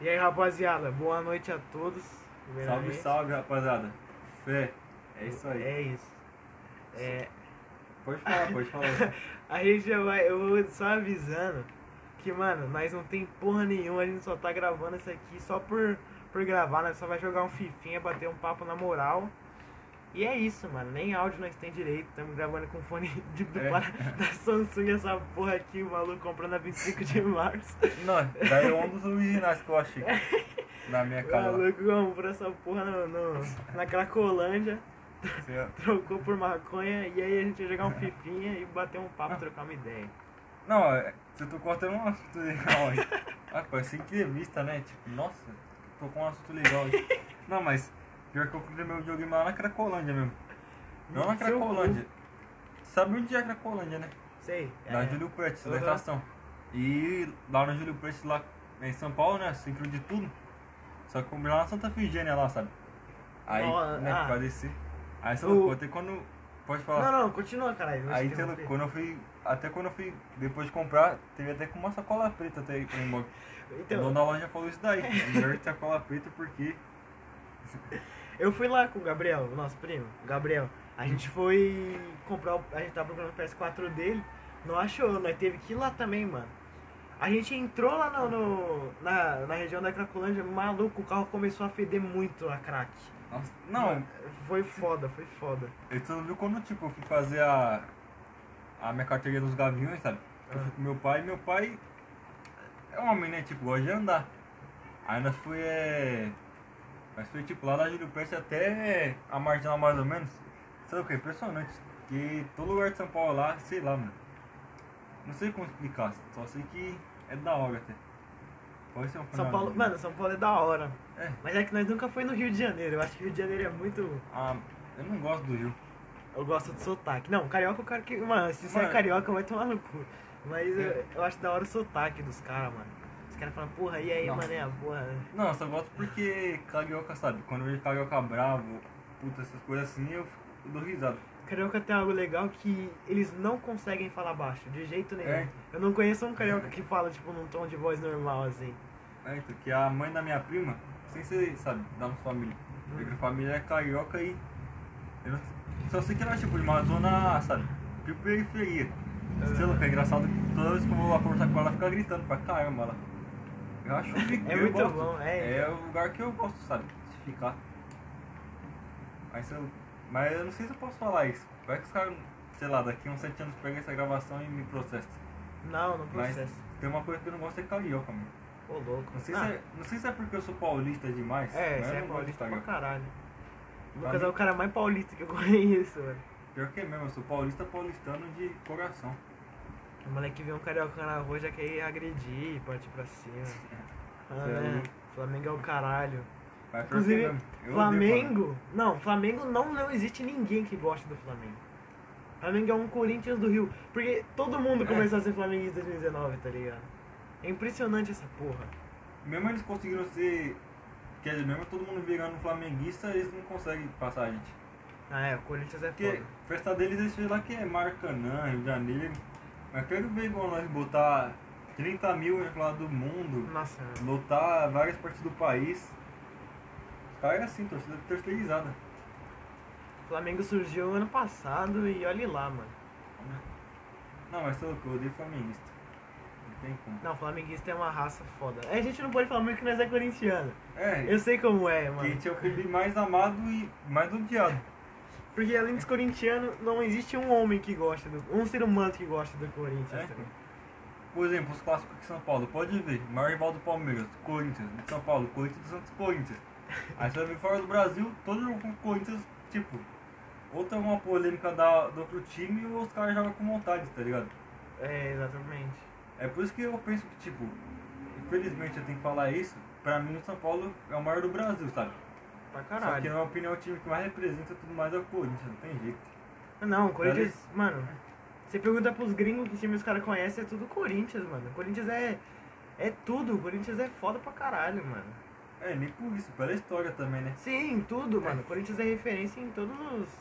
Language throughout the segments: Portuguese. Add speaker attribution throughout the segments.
Speaker 1: E aí, rapaziada, boa noite a todos.
Speaker 2: Salve,
Speaker 1: primeiramente.
Speaker 2: salve, rapaziada. Fé, é isso aí.
Speaker 1: É isso. É,
Speaker 2: Pode falar, pode falar.
Speaker 1: a gente já vai, eu vou só avisando que, mano, nós não tem porra nenhuma, a gente só tá gravando isso aqui só por, por gravar, nós só vai jogar um fifinha, bater um papo na moral. E é isso, mano, nem áudio nós tem direito, estamos gravando com fone de, do
Speaker 2: É.
Speaker 1: par- da Samsung, essa porra aqui, o maluco comprando a 25 de março.
Speaker 2: Não, daí é um dos originais que eu achei na minha
Speaker 1: O
Speaker 2: casa. lá.
Speaker 1: maluco comprou essa porra no, no, na Cracolândia.
Speaker 2: Você é-
Speaker 1: trocou por maconha e aí a gente ia jogar um pifinha e bater um papo, trocar uma ideia.
Speaker 2: Não, é- você tô cortando um assunto legal aí. Ah, parece entrevista, né? Tipo, nossa, tô com um assunto legal aí. Não, mas pior que eu comprei meu videogame lá na Cracolândia mesmo. Não
Speaker 1: Seu
Speaker 2: na
Speaker 1: cu.
Speaker 2: Cracolândia. Sabe onde é a Cracolândia, né?
Speaker 1: Sei.
Speaker 2: Na
Speaker 1: é,
Speaker 2: Júlio Prestes,
Speaker 1: Aham.
Speaker 2: na estação. E lá no Júlio Prestes, lá em São Paulo, né? Centro de tudo. Só que comprei lá na Santa Figênia lá, sabe? Aí,
Speaker 1: Ó,
Speaker 2: né,
Speaker 1: ah.
Speaker 2: pra descer. Aí você
Speaker 1: O-
Speaker 2: loucou, até quando. Pode falar.
Speaker 1: Não, não, continua, caralho. vou
Speaker 2: Aí
Speaker 1: te
Speaker 2: você
Speaker 1: interromper.
Speaker 2: loucou, quando eu fui. Até quando eu fui depois de comprar, teve até com uma sacola preta até aí no imóvel. O dono
Speaker 1: Então,
Speaker 2: da loja falou isso daí. Melhor ter sacola preta porque.
Speaker 1: eu fui lá com o Gabriel, o nosso primo, o Gabriel. A gente foi comprar, o, a gente tava procurando o PS4 dele, não achou, nós teve que ir lá também, mano. A gente entrou lá no, no- na, na região da Cracolândia, maluco, o carro começou a feder muito a crack.
Speaker 2: Nossa, não,
Speaker 1: Foi foda, foi foda.
Speaker 2: eu tu não viu quando tipo, eu fui fazer a. a minha carteirinha dos gaviões, sabe? Eu fui
Speaker 1: Ah.
Speaker 2: com meu pai, meu pai é um homem, né? Tipo, gosta de andar. Aí nós foi, é... Nós foi, tipo, lá da Júlio Prestes até a marginal mais ou menos. Sabe o que? Impressionante. Que todo lugar de São Paulo lá, sei lá, mano. Não sei como explicar, só sei que é da hora até. Pode ser um
Speaker 1: São
Speaker 2: fenômeno.
Speaker 1: Paulo, mano, São Paulo é da hora.
Speaker 2: É.
Speaker 1: Mas é que nós nunca foi no Rio de Janeiro. Eu acho que o Rio de Janeiro é muito.
Speaker 2: Ah, eu não gosto do Rio.
Speaker 1: Eu gosto do sotaque. Não, carioca o cara que. Mano, se você é
Speaker 2: Mano.
Speaker 1: carioca, vai tomar no cu. Mas eu,
Speaker 2: É.
Speaker 1: eu acho da hora o sotaque dos caras, mano. Os caras falam, porra, e aí,
Speaker 2: Não.
Speaker 1: mané, porra.
Speaker 2: Não, eu só gosto porque carioca, sabe? Quando eu vejo carioca bravo, puta, essas coisas assim, eu, fico- eu dou risada.
Speaker 1: Carioca tem algo legal que eles não conseguem falar baixo, de jeito nenhum.
Speaker 2: É.
Speaker 1: Eu não conheço um carioca que fala, tipo, num tom de voz normal, assim.
Speaker 2: É, então, que a mãe da minha prima, sem ser, sabe, da nossa família. Porque a família é carioca e. Eu não, só sei que ela é tipo de uma zona, sabe, de periferia. Sei lá, que é engraçado que toda vez que eu vou lá conversar com ela, ela fica gritando pra caramba lá. Eu acho que
Speaker 1: É
Speaker 2: eu
Speaker 1: muito
Speaker 2: gosto.
Speaker 1: bom, é.
Speaker 2: É o lugar que eu gosto, sabe, de ficar. Mas eu, mas eu não sei se eu posso falar isso. Vai que os caras, sei lá, daqui uns 7 anos pegam essa gravação e me processam.
Speaker 1: Não, não
Speaker 2: Mas
Speaker 1: processo.
Speaker 2: tem uma coisa que eu não gosto é carioca, mano.
Speaker 1: Ô, louco.
Speaker 2: Não sei,
Speaker 1: Ah,
Speaker 2: se é, não sei se é porque eu sou paulista demais.
Speaker 1: É,
Speaker 2: mas
Speaker 1: você
Speaker 2: eu
Speaker 1: é
Speaker 2: não gosto de
Speaker 1: paulista pra
Speaker 2: Instagram.
Speaker 1: caralho. O
Speaker 2: Pra
Speaker 1: Lucas é
Speaker 2: mim-
Speaker 1: o cara mais paulista que eu conheço, mano.
Speaker 2: Pior que é mesmo, eu sou paulista paulistano de coração.
Speaker 1: O moleque vê um carioca na rua já quer ir agredir, parte pra cima. Ah,
Speaker 2: É.
Speaker 1: né? Flamengo é o caralho.
Speaker 2: Mas pior que
Speaker 1: Inclusive,
Speaker 2: é mesmo, eu odeio
Speaker 1: Flamengo. Não, Flamengo não, não existe ninguém que goste do Flamengo. Flamengo é um Corinthians do Rio. Porque todo mundo
Speaker 2: É.
Speaker 1: começou a ser flamenguista em 2019, tá ligado? É impressionante essa porra.
Speaker 2: Mesmo eles conseguiram ser. Quer dizer, mesmo todo mundo virando flamenguista, eles não conseguem passar a gente.
Speaker 1: Ah, é, o Corinthians é
Speaker 2: Porque
Speaker 1: foda.
Speaker 2: festa deles, eles fez lá que é Maracanã, Rio de Janeiro. Mas quero ver igual nós botar 30 mil em lado do mundo,
Speaker 1: Nossa, mano.
Speaker 2: lotar várias partes do país. Os caras é assim, torcida terceirizada.
Speaker 1: Flamengo surgiu ano passado e olhe lá, mano.
Speaker 2: Não, mas tô louco, eu odeio flamenguista. Não tem como.
Speaker 1: Não, flamenguista é uma raça foda. É, A gente não pode falar muito que nós é corintiano.
Speaker 2: É,
Speaker 1: Eu sei como é,
Speaker 2: que a
Speaker 1: mano.
Speaker 2: gente é o clube mais amado e mais odiado.
Speaker 1: Porque além dos corintianos, não existe um homem que gosta do. um ser humano que gosta do Corinthians.
Speaker 2: É.
Speaker 1: tá ligado?
Speaker 2: Por exemplo, os clássicos aqui em São Paulo, pode ver, maior rival do Palmeiras, Corinthians, de São Paulo, Corinthians, Santos, Corinthians. Aí você vai ver fora do Brasil, todo jogo com o Corinthians, tipo, ou tem alguma polêmica da, do outro time ou os caras jogam com vontade, tá ligado?
Speaker 1: É, exatamente.
Speaker 2: É por isso que eu penso que, tipo, infelizmente eu tenho que falar isso, pra mim o São Paulo é o maior do Brasil, sabe?
Speaker 1: Pra
Speaker 2: Só que na
Speaker 1: caralho.
Speaker 2: minha opinião o time que mais representa tudo mais é o Corinthians, não tem jeito.
Speaker 1: Não, o Corinthians. Mano, você pergunta pros gringos que time os caras conhecem, é tudo Corinthians, mano. O Corinthians é. É tudo. O Corinthians é foda pra caralho, mano.
Speaker 2: É, nem por isso, pela história também, né?
Speaker 1: Sim, em tudo, mano. O Corinthians é referência em todos os.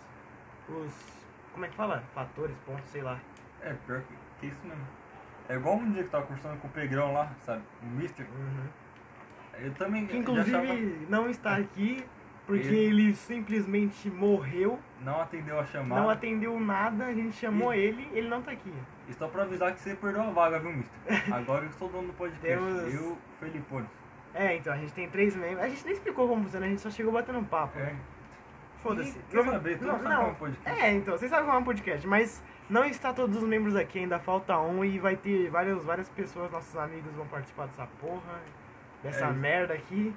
Speaker 1: os. Como é que fala? Fatores, pontos, sei lá.
Speaker 2: É, pior que, que isso mesmo. É igual um dia que eu tava conversando com o Pegrão lá, sabe? O Mister.
Speaker 1: Uhum.
Speaker 2: Eu também.
Speaker 1: Que
Speaker 2: já
Speaker 1: inclusive
Speaker 2: achava-
Speaker 1: não está aqui porque
Speaker 2: Ele-
Speaker 1: ele, simplesmente morreu,
Speaker 2: não atendeu a chamada.
Speaker 1: não atendeu nada, a gente chamou ele, ele não tá aqui.
Speaker 2: E só pra avisar que você perdeu a vaga, viu, Mister? Agora eu sou dono do podcast.
Speaker 1: Temos-
Speaker 2: Eu, Felipone.
Speaker 1: É, então a gente tem três membros. A gente nem explicou como funciona, a gente só chegou batendo um papo.
Speaker 2: É.
Speaker 1: Foda-se.
Speaker 2: Quer saber? Tu não sabe como é um podcast.
Speaker 1: É, então, vocês sabem como é um podcast, mas não está todos os membros aqui, ainda falta um e vai ter várias, várias pessoas, nossos amigos vão participar dessa porra, dessa
Speaker 2: É isso.
Speaker 1: merda aqui.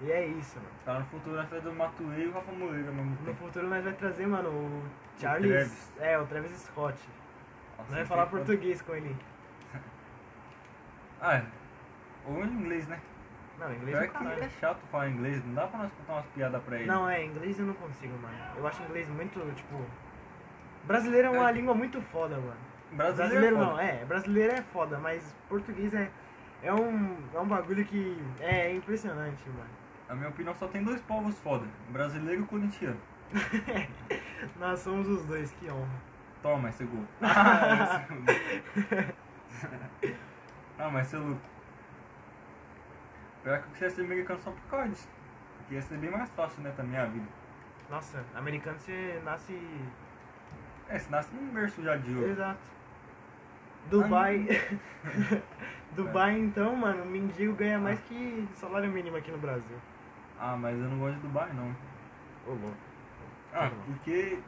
Speaker 1: E é isso, mano.
Speaker 2: Tá no futuro na festa do Matuei e o Rafa Moreira ao mesmo
Speaker 1: No
Speaker 2: tempo.
Speaker 1: futuro nós vai trazer, mano, o Charles.
Speaker 2: Travis.
Speaker 1: É, o Travis Scott.
Speaker 2: Nossa, é
Speaker 1: Nós vai
Speaker 2: não
Speaker 1: falar
Speaker 2: sei quando-
Speaker 1: português com ele.
Speaker 2: Ah, é. Ou em inglês, né?
Speaker 1: Não, inglês
Speaker 2: Pior
Speaker 1: é
Speaker 2: que é chato falar inglês, não dá pra nós contar umas piadas pra ele.
Speaker 1: Não, é, inglês eu não consigo, mano. Eu acho inglês muito, tipo. Brasileiro é uma
Speaker 2: É.
Speaker 1: língua muito foda, mano.
Speaker 2: Brasileiro,
Speaker 1: Brasileiro
Speaker 2: é
Speaker 1: não,
Speaker 2: foda.
Speaker 1: é. Brasileiro é foda, mas português é. É um, é um bagulho que é impressionante, mano.
Speaker 2: Na minha opinião, só tem dois povos foda: brasileiro e corintiano.
Speaker 1: Nós somos os dois, que honra.
Speaker 2: Toma esse gol. Ah, esse gol. ah mas seu Luke. Pior que eu queria ser americano só por causa disso. Porque ia ser bem mais fácil, né, também a vida.
Speaker 1: Nossa, americano você nasce.
Speaker 2: É, você nasce num berço já de ouro.
Speaker 1: Exato. Dubai.
Speaker 2: É.
Speaker 1: Dubai, então, mano, o mendigo ganha mais que salário mínimo aqui no Brasil.
Speaker 2: Ah, mas eu não gosto de Dubai, não.
Speaker 1: Ô, louco.
Speaker 2: Ah,
Speaker 1: Tá bom.
Speaker 2: porque...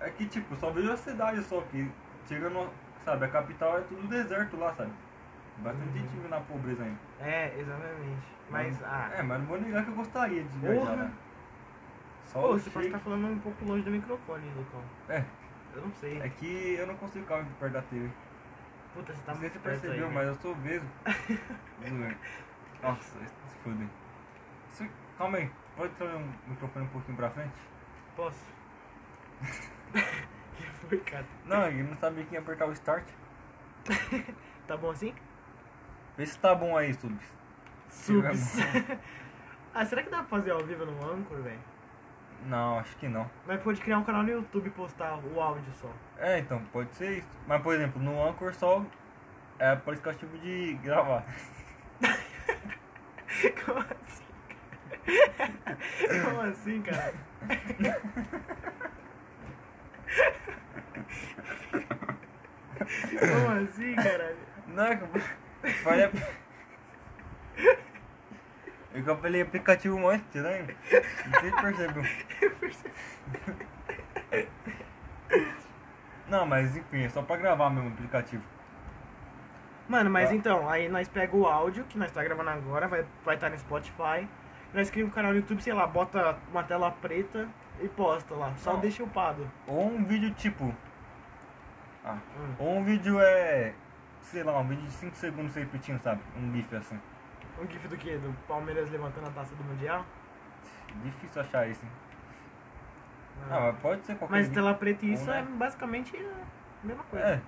Speaker 2: É que, tipo, só vejo a cidade só, que chega no... Sabe, a capital é tudo deserto lá, sabe? Bastante
Speaker 1: Uhum.
Speaker 2: gente vive na pobreza ainda.
Speaker 1: É, exatamente. Mas, ah.
Speaker 2: É, mas não vou negar que eu gostaria de
Speaker 1: Porra!
Speaker 2: viajar, né? Só
Speaker 1: Ô,
Speaker 2: o
Speaker 1: você pode
Speaker 2: cheiro-
Speaker 1: estar falando um pouco longe do microfone, Lucão.
Speaker 2: É,
Speaker 1: Eu não sei.
Speaker 2: é que eu não consigo ficar muito perto da TV.
Speaker 1: Puta, você tá
Speaker 2: Não sei se
Speaker 1: muito
Speaker 2: você
Speaker 1: perto aí.
Speaker 2: percebeu,
Speaker 1: né?
Speaker 2: mas eu sou obeso. Zoeira. Nossa, isso se fudeu. Isso- Calma aí, pode trazer o microfone um pouquinho pra frente?
Speaker 1: Posso? que foi, cara?
Speaker 2: Não, ele não sabia quem apertar o start.
Speaker 1: Tá bom assim?
Speaker 2: Vê se tá bom aí, subs. tá
Speaker 1: Subs. ah, será que dá pra fazer ao vivo no Anchor, velho?
Speaker 2: Não, acho que não.
Speaker 1: Mas pode criar um canal no YouTube e postar o áudio só.
Speaker 2: É, então, pode ser isso. Mas, por exemplo, no Anchor só é por isso que eu tipo de gravar.
Speaker 1: Como assim? cara? Como assim, cara? Como assim, caralho?
Speaker 2: Não, é que eu falei... Eu que eu falei aplicativo mais estranho. Não sei se percebeu.
Speaker 1: Eu percebi.
Speaker 2: Não, mas enfim, é só pra gravar mesmo o aplicativo.
Speaker 1: Mano, mas
Speaker 2: Tá.
Speaker 1: então, aí nós pega o áudio que nós tá gravando agora, vai estar vai tá no Spotify. Nós cria um canal no YouTube, sei lá, bota uma tela preta e posta lá. Só
Speaker 2: Não.
Speaker 1: deixa upado.
Speaker 2: Ou um vídeo tipo. Ah.
Speaker 1: Hum.
Speaker 2: Ou um vídeo é. Sei lá, um vídeo de 5 segundos repetindo, sabe? Um gif assim.
Speaker 1: Um gif do quê? Do Palmeiras levantando a taça do Mundial?
Speaker 2: Difícil achar isso, hein? Ah,
Speaker 1: Ah.
Speaker 2: mas pode ser qualquer
Speaker 1: mas
Speaker 2: gif.
Speaker 1: tela preta e isso
Speaker 2: Ou, né?
Speaker 1: é basicamente a mesma coisa.
Speaker 2: É,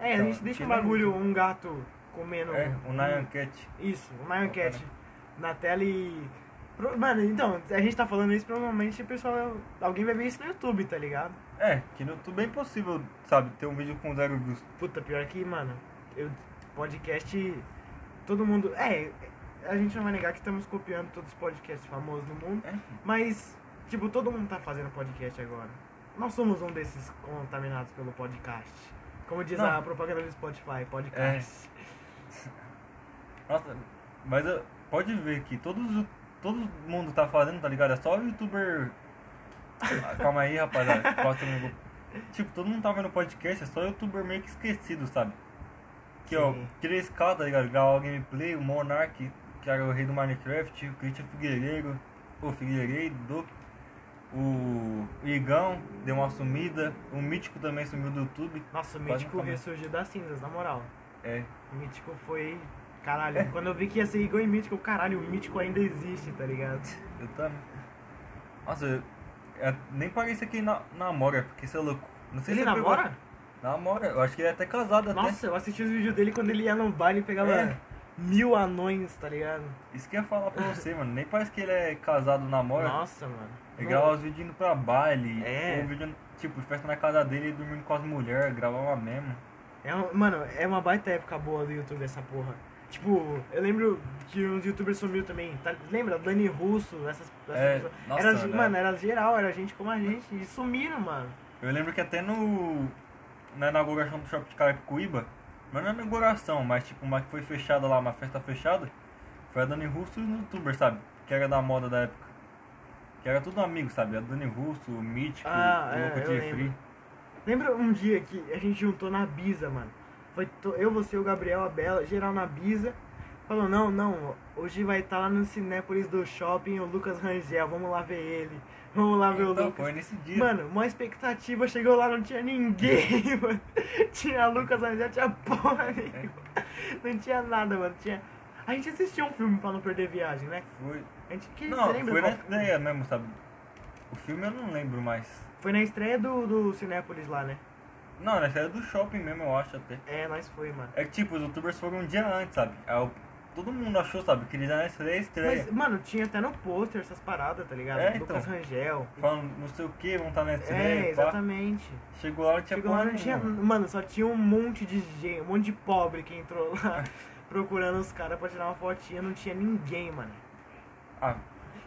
Speaker 1: É, a
Speaker 2: Então,
Speaker 1: gente deixa um
Speaker 2: que nem-
Speaker 1: bagulho, um gato comendo.
Speaker 2: é, o Nyan
Speaker 1: um-
Speaker 2: Cat. né?
Speaker 1: Isso, uma enquete na tela e. pro- Mano, então, a gente tá falando isso, provavelmente o pessoal. Alguém vai ver isso no YouTube, tá ligado?
Speaker 2: É, que no YouTube é impossível, sabe? Ter um vídeo com zero views.
Speaker 1: Puta, pior que, mano, eu. Podcast. Todo mundo. É, a gente não vai negar que estamos copiando todos os podcasts famosos do mundo.
Speaker 2: É,
Speaker 1: Mas, tipo, todo mundo tá fazendo podcast agora. Nós somos um desses contaminados pelo podcast. Como diz
Speaker 2: Não. É.
Speaker 1: a propaganda do Spotify, podcast.
Speaker 2: Nossa, mas eu- pode ver que todos, o- todo mundo tá fazendo, tá ligado? É só o youtuber. Ah, Calma aí, rapaziada. Posso me- Tipo, todo mundo tá vendo podcast, é só youtuber meio que esquecido, sabe? Que ó,
Speaker 1: Sim.
Speaker 2: 3K, tá ligado? Gravar gameplay, o Monark, que era o rei do Minecraft, o Christian Figueiredo, o Figueiredo, o Igão deu uma sumida, o Mítico também sumiu do YouTube.
Speaker 1: Nossa, o
Speaker 2: Quase
Speaker 1: Mítico
Speaker 2: nunca mais.
Speaker 1: ressurgiu das cinzas, na moral.
Speaker 2: É,
Speaker 1: O Mítico foi. Caralho, quando eu vi que ia ser igual em Mítico, caralho, o Mítico ainda existe, tá ligado?
Speaker 2: Eu também. Nossa, eu, eu nem parece que na, namora, porque você é louco. Não sei
Speaker 1: Ele
Speaker 2: se você pegou-
Speaker 1: namora?
Speaker 2: Namora, eu acho que ele é até casado
Speaker 1: Nossa, eu assisti os vídeos dele quando ele ia no baile e pegava
Speaker 2: É.
Speaker 1: mil anões, tá ligado?
Speaker 2: até. Isso que eu ia falar pra você, mano. Nem parece que ele é casado, namora.
Speaker 1: Nossa, mano.
Speaker 2: Ele gravar os vídeos indo pra baile.
Speaker 3: É.
Speaker 2: Ou vídeo, tipo, festa na casa dele e dormindo com as mulheres, gravava mesmo.
Speaker 1: É um- mano, é uma baita época boa do YouTube essa porra. Tipo, eu lembro que uns youtubers sumiu também. tá- lembra? Dani Russo, essas, essas
Speaker 2: É,
Speaker 1: pessoas.
Speaker 3: nossa,
Speaker 1: era,
Speaker 3: né?
Speaker 1: Mano, era geral, era gente como a gente. E sumiram, mano.
Speaker 2: Eu lembro que até no. Na inauguração do shopping de Carapicuíba, mas não é inauguração, mas tipo, uma que foi fechada lá, uma festa fechada, foi a Dani Russo e os youtubers, sabe? Que era da moda da época. Que era tudo amigo, sabe? A Dani Russo, o Mítico,
Speaker 1: Ah,
Speaker 2: o
Speaker 1: é,
Speaker 2: Luca
Speaker 1: eu
Speaker 2: Jeffrey.
Speaker 1: lembro. Lembra um dia que a gente juntou na Bisa, mano? Foi to- eu, você, o Gabriel, a Bela, geral na Bisa. Falou, não, não, hoje vai estar lá no Cinépolis do shopping o Lucas Rangel, vamos lá ver ele. Vamos lá ver o
Speaker 2: Então,
Speaker 1: Lucas.
Speaker 2: foi nesse dia.
Speaker 1: Ah, Mano, uma expectativa, chegou lá, não tinha ninguém, mano. Tinha Lucas, Angel, tinha porra nenhuma. Não tinha nada, mano. Tinha... A gente assistiu um filme pra não perder viagem, né?
Speaker 2: Foi.
Speaker 1: A gente que
Speaker 2: Não,
Speaker 1: você lembra né?
Speaker 2: foi na
Speaker 1: qual-
Speaker 2: ideia mesmo, sabe? O filme eu não lembro mais.
Speaker 1: Foi na estreia do, do Cinépolis lá, né?
Speaker 2: Não, na era do shopping mesmo, eu acho até.
Speaker 1: É, nós foi, mano.
Speaker 2: É que tipo, os youtubers foram um dia antes, sabe? Aí eu- todo mundo achou, sabe, que eles iam na estreia, estreia.
Speaker 1: Mas, mano, tinha até no pôster essas paradas, tá ligado?
Speaker 2: É,
Speaker 1: Lucas
Speaker 2: então.
Speaker 1: Rangel.
Speaker 2: Falando não sei o que, vão estar na
Speaker 1: É,
Speaker 2: estreia. pá.
Speaker 1: exatamente.
Speaker 2: Chegou lá, não tinha
Speaker 1: Chegou lá,
Speaker 2: porra
Speaker 1: não tinha.
Speaker 2: nenhuma.
Speaker 1: Mano, só tinha um monte de gente, um monte de pobre que entrou lá procurando os caras pra tirar uma fotinha. Não tinha ninguém, mano.
Speaker 2: Ah,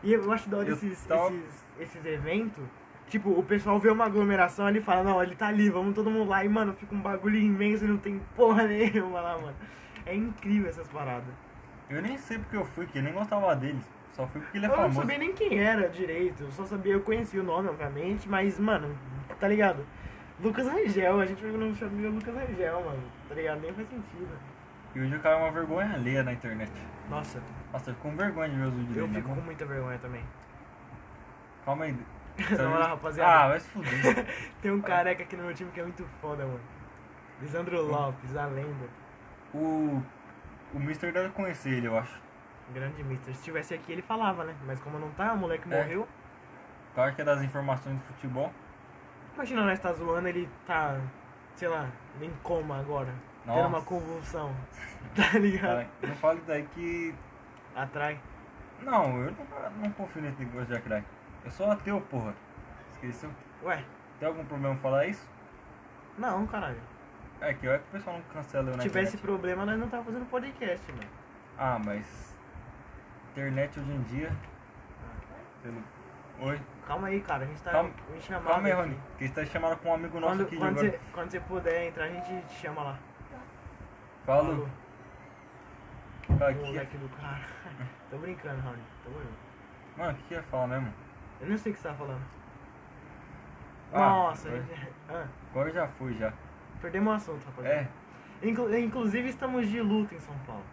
Speaker 1: E eu acho da hora
Speaker 2: Eu
Speaker 1: esses,
Speaker 2: tava-
Speaker 1: esses, esses eventos. Tipo, o pessoal vê uma aglomeração ali e fala, não, ele tá ali, vamos todo mundo lá. E, mano, fica um bagulho imenso e não tem porra nenhuma lá, mano. É incrível essas paradas.
Speaker 2: eu nem sei porque eu fui, que eu nem gostava dele. Só fui porque ele é
Speaker 1: eu não
Speaker 2: famoso.
Speaker 1: sabia nem quem era direito, eu só sabia, eu conhecia o nome, obviamente, mas, mano, tá ligado? Lucas Rangel, a gente não chamia Lucas Rangel, mano, tá ligado? Nem faz sentido.
Speaker 2: E hoje o cara é uma vergonha alheia na internet.
Speaker 1: Nossa,
Speaker 2: Nossa, eu fico com vergonha de ver os vídeos
Speaker 1: eu
Speaker 2: dele, né,
Speaker 1: fico com
Speaker 2: mano?
Speaker 1: muita vergonha também.
Speaker 2: Calma aí.
Speaker 1: Na moral,
Speaker 2: Ah,
Speaker 1: rapaziada,
Speaker 2: vai se fuder.
Speaker 1: tem um careca aqui no meu time que é muito foda, mano. Lisandro
Speaker 2: Hum.
Speaker 1: Lopes, a lenda.
Speaker 2: o. O Mister deve conhecer ele, eu acho.
Speaker 1: Um Grande mister. Se tivesse aqui, ele falava, né? Mas como não tá, o moleque
Speaker 2: É.
Speaker 1: morreu.
Speaker 2: O cara que é das informações do futebol.
Speaker 1: Imagina nós tá zoando, ele tá, sei lá, em coma agora.
Speaker 2: Nossa.
Speaker 1: Tendo uma convulsão. Tá ligado?
Speaker 2: Cara, não fale daí que.
Speaker 1: Atrai.
Speaker 2: Não, eu não, não confio nesse negócio de crack. Eu sou ateu, porra. Esqueceu?
Speaker 1: Ué,
Speaker 2: Tem algum problema em falar isso?
Speaker 1: não, caralho.
Speaker 2: É que é que o pessoal não cancela eu na
Speaker 1: Se tivesse
Speaker 2: internet.
Speaker 1: problema, nós não tava fazendo podcast, mano.
Speaker 2: Ah, mas. Internet hoje em dia. pelo- Oi?
Speaker 1: Ah, Calma aí, cara. A gente tá
Speaker 2: Calma-
Speaker 1: me chamando.
Speaker 2: Calma aí,
Speaker 1: aqui.
Speaker 2: Rony. Que está chamando com um amigo nosso
Speaker 1: Quando,
Speaker 2: aqui
Speaker 1: quando,
Speaker 2: agora.
Speaker 1: você, quando você puder entrar, a gente te chama lá.
Speaker 2: Falou. Cara, o que que é-
Speaker 1: Moleque do cara. Tô brincando, Raul. Tô brincando.
Speaker 2: Mano, o que que ia falar mesmo?
Speaker 1: Eu não sei o que você tá falando.
Speaker 2: Ah,
Speaker 1: Nossa,
Speaker 2: foi.
Speaker 1: gente- ah,
Speaker 2: Agora já fui já.
Speaker 1: perdemos o assunto, rapaziada.
Speaker 2: É,
Speaker 1: Inclu- inclusive, estamos de luta em São Paulo.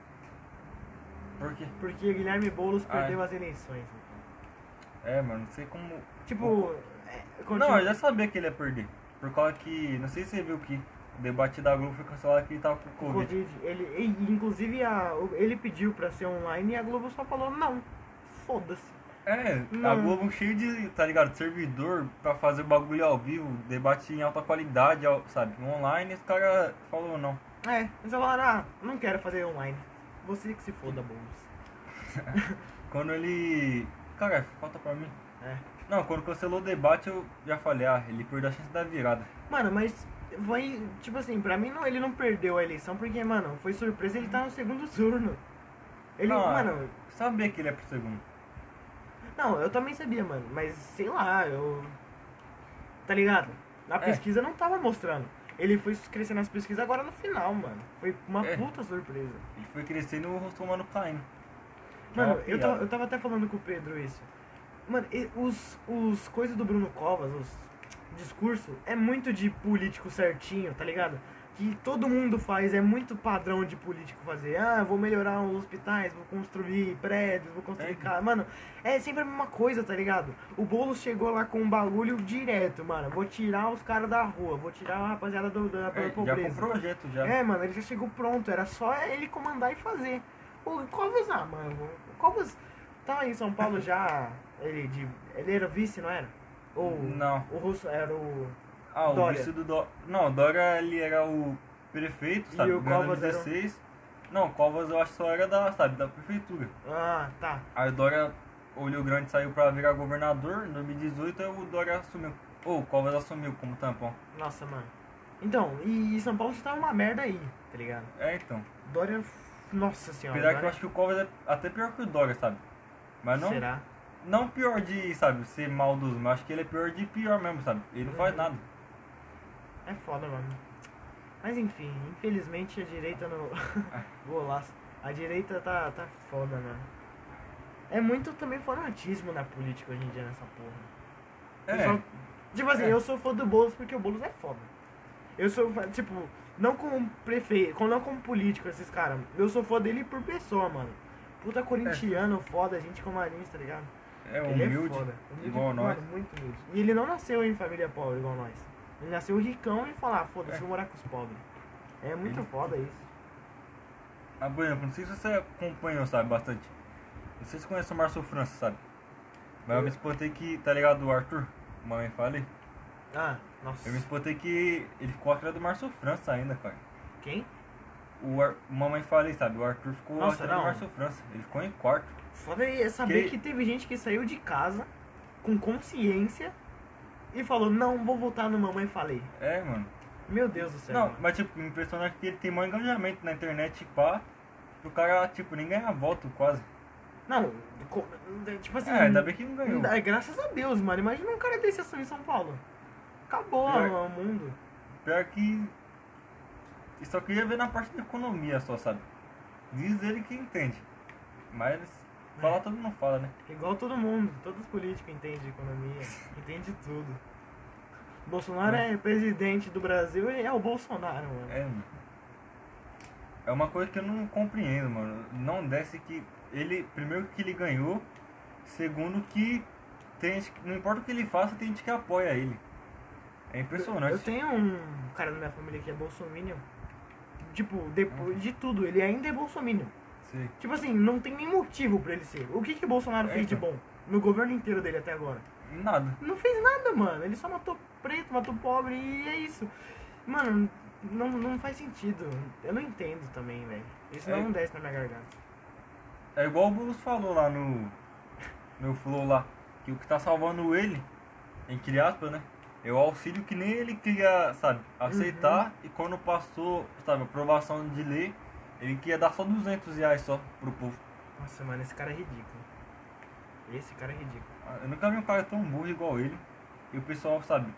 Speaker 2: por quê?
Speaker 1: Porque Guilherme Boulos
Speaker 2: Ah, é.
Speaker 1: perdeu as eleições. então.
Speaker 2: É, mano, não sei como.
Speaker 1: Tipo, é, continua.
Speaker 2: Não, eu já sabia que ele ia perder. Por causa que. Não sei se você viu que o debate da Globo foi cancelado que ele tava com
Speaker 1: O
Speaker 2: Covid.
Speaker 1: Covid, ele, e- inclusive a, o- ele pediu pra ser online e a Globo só falou não. Foda-se.
Speaker 2: É, a
Speaker 1: Não.
Speaker 2: Globo cheio de, tá ligado, servidor pra fazer bagulho ao vivo, debate em alta qualidade, ao- sabe? Online, esse cara falou não.
Speaker 1: É, eles falaram, ah, não quero fazer online. Você que se foda, Boulos.
Speaker 2: Quando ele. Cara, falta pra mim.
Speaker 1: É.
Speaker 2: Não, quando cancelou o debate eu já falei, ah, ele perdeu a chance da virada.
Speaker 1: Mano, mas vai, tipo assim, pra mim não, ele não perdeu a eleição porque, mano, foi surpresa ele tá no segundo turno. Ele,
Speaker 2: Não,
Speaker 1: mano,
Speaker 2: eu Sabia que ele é pro segundo.
Speaker 1: não, eu também sabia, mano, mas sei lá, eu. Tá ligado? Na
Speaker 2: É.
Speaker 1: pesquisa não tava mostrando. Ele foi crescendo nas pesquisas agora no final, mano. Foi uma
Speaker 2: É.
Speaker 1: puta surpresa.
Speaker 2: Ele foi crescendo e o rosto humano caindo.
Speaker 1: Mano,
Speaker 2: Uma
Speaker 1: eu,
Speaker 2: piada.
Speaker 1: tava, eu tava até falando com o Pedro isso. Mano, e- os, os coisas do Bruno Covas, os discurso, é muito de político certinho, tá ligado? Que todo mundo faz, é muito padrão de político fazer. Ah, vou melhorar os hospitais, vou construir prédios, vou construir
Speaker 2: É.
Speaker 1: casa. Mano, é sempre a mesma coisa, tá ligado? O Boulos chegou lá com um bagulho direto, mano. Vou tirar os caras da rua, vou tirar a rapaziada do, da
Speaker 2: É, já com
Speaker 1: pobreza.
Speaker 2: o projeto já.
Speaker 1: É, mano, ele já chegou pronto, era só ele comandar e fazer. O Covas, ah, mano, o Covas tá em São Paulo já, ele, de, ele era vice, não era? Ou
Speaker 2: Não.
Speaker 1: o Russo era o...
Speaker 2: Ah, o
Speaker 1: Dória.
Speaker 2: vice do Dória. Não, o Dória ele era o prefeito,
Speaker 1: E
Speaker 2: sabe?
Speaker 1: o
Speaker 2: ganhando
Speaker 1: Covas era um- o-
Speaker 2: 16. Não, o Covas eu acho que só era da, sabe, da prefeitura.
Speaker 1: Ah, tá.
Speaker 2: A Dória o Rio Grande saiu pra virar governador, em 2018 o Dória assumiu. Ou o Covas assumiu como tampão.
Speaker 1: Nossa, mano. Então, e, e São Paulo já tá uma merda aí, tá ligado?
Speaker 2: É, então.
Speaker 1: Dória. Nossa senhora.
Speaker 2: Apesar que eu
Speaker 1: Dória-
Speaker 2: acho que o Covas é até pior que o Dória, sabe? Mas não,
Speaker 1: Será?
Speaker 2: não pior de, sabe, ser maldoso, mas acho que ele é pior de pior mesmo, sabe? Ele não faz
Speaker 1: Uhum.
Speaker 2: nada.
Speaker 1: É foda, mano. Mas enfim, infelizmente a direita no. Golaço. A direita tá, tá foda, mano. É muito também fanatismo na política hoje em dia nessa porra.
Speaker 2: É,
Speaker 1: Pessoal- Tipo assim,
Speaker 2: É.
Speaker 1: eu sou fã do Boulos porque o Boulos é foda. Eu sou fã, tipo, não como prefeito, como- não como político, esses caras. Eu sou fã dele por pessoa, mano. Puta corintiano, foda, gente como a gente, tá ligado?
Speaker 2: é
Speaker 1: ele
Speaker 2: humilde,
Speaker 1: é foda. Humilde,
Speaker 2: igual nós.
Speaker 1: mano, muito humilde. E ele não nasceu em família pobre, igual nós. Ele nasceu ricão e falar, foda-se,
Speaker 2: É.
Speaker 1: vou morar com os pobres. É muito
Speaker 2: Ele-
Speaker 1: foda isso.
Speaker 2: Ah, por exemplo, não sei se você acompanhou, sabe, bastante. Não sei se conhece o Márcio França, sabe? Mas eu me espantei que, tá ligado, o Arthur? Mamãe falei.
Speaker 1: Ah, nossa.
Speaker 2: Eu me espantei que ele ficou atrás do Márcio França ainda, cara.
Speaker 1: Quem?
Speaker 2: O Ar... Mamãe falei, sabe? O Arthur ficou
Speaker 1: Nossa,
Speaker 2: atrás
Speaker 1: não.
Speaker 2: do Márcio França. Ele ficou em quarto.
Speaker 1: Foda é saber que...
Speaker 2: Que-
Speaker 1: teve gente que saiu de casa com consciência e falou, não, vou voltar no mamãe falei.
Speaker 2: É, mano.
Speaker 1: Meu Deus do céu.
Speaker 2: não,
Speaker 1: mano.
Speaker 2: mas tipo, me impressiona que ele tem maior engajamento na internet, pá. O cara, tipo, nem ganha voto quase.
Speaker 1: Não, co- tipo assim.
Speaker 2: é, ainda bem que não ganhou.
Speaker 1: é, graças a Deus, mano. Imagina um cara desse assumir São Paulo. Acabou
Speaker 2: Pior-
Speaker 1: o mundo.
Speaker 2: Pior que. Eu só queria ver na parte da economia só, sabe? Diz ele que entende. Mas
Speaker 1: É.
Speaker 2: falar todo mundo fala, né?
Speaker 1: Igual todo mundo. Todos os políticos entendem economia, entende tudo. Bolsonaro é.
Speaker 2: É.
Speaker 1: presidente do Brasil e é o Bolsonaro, mano.
Speaker 2: É, mano. é uma coisa que eu não compreendo, mano. Não desce que ele. Primeiro que ele ganhou. Segundo que tem gente, que- não importa o que ele faça, tem gente que apoia ele. É impressionante.
Speaker 1: Eu tenho um cara da minha família que é bolsominion. Tipo,
Speaker 2: Uhum.
Speaker 1: depois de tudo, ele ainda é bolsominion.
Speaker 2: Sim.
Speaker 1: Tipo assim, não tem nem motivo pra ele ser. O que que Bolsonaro
Speaker 2: É,
Speaker 1: fez de
Speaker 2: então.
Speaker 1: bom no governo inteiro dele até agora?
Speaker 2: Nada.
Speaker 1: Não fez nada, mano. Ele só matou preto, matou pobre e é isso. Mano, não, não faz sentido. Eu não entendo também, velho. Isso
Speaker 2: É.
Speaker 1: não desce na minha garganta.
Speaker 2: É igual o Boulos falou lá no. No Flow lá. Que o que tá salvando ele, entre aspas, né? É o auxílio que nem ele queria, sabe, aceitar.
Speaker 1: Uhum.
Speaker 2: E quando passou, sabe, aprovação de lei, ele queria dar só 200 reais só pro povo.
Speaker 1: Nossa, mano, esse cara é ridículo. Esse cara é ridículo.
Speaker 2: Ah, Eu nunca vi um cara tão burro igual ele. E o pessoal, sabe.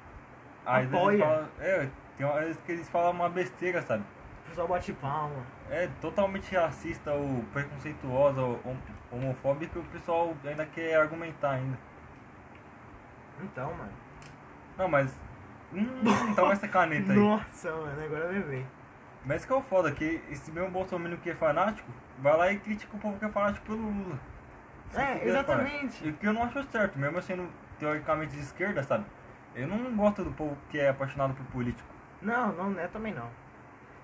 Speaker 2: Às vezes
Speaker 1: Apoia.
Speaker 2: eles falam, é, tem uma vez que eles falam uma besteira, sabe?
Speaker 1: O pessoal bate palma.
Speaker 2: É totalmente racista ou preconceituosa ou hom- homofóbica e o pessoal ainda quer argumentar ainda.
Speaker 1: Então, mano.
Speaker 2: Não, mas. Hum, toma essa caneta aí.
Speaker 1: Nossa, mano, agora eu levei.
Speaker 2: Mas que é o foda, que esse mesmo Bolsonaro que é fanático, vai lá e critica o povo que é fanático pelo Lula. Isso
Speaker 1: É,
Speaker 2: que fanático.
Speaker 1: exatamente.
Speaker 2: E que eu não acho certo, mesmo eu sendo teoricamente de esquerda, sabe? Eu não gosto do povo que é apaixonado por político.
Speaker 1: Não, não, não é também não.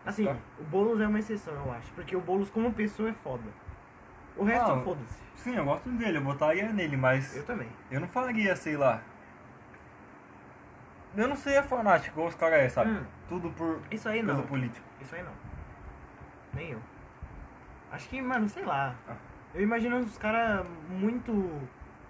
Speaker 1: Assim,
Speaker 2: Tá.
Speaker 1: o Boulos é uma exceção, eu acho. Porque o Boulos como pessoa é foda. O resto,
Speaker 2: Não.
Speaker 1: foda-se.
Speaker 2: Sim, eu gosto dele, eu votaria nele, mas
Speaker 1: Eu
Speaker 2: eu,
Speaker 1: também.
Speaker 2: não faria, sei lá. Eu não seria fanático igual os caras é, sabe?
Speaker 1: Hum.
Speaker 2: Tudo por,
Speaker 1: Isso aí
Speaker 2: pelo
Speaker 1: não.
Speaker 2: político.
Speaker 1: Isso aí não. Nem eu. Acho que, mano, sei lá.
Speaker 2: Ah.
Speaker 1: Eu imagino os caras muito,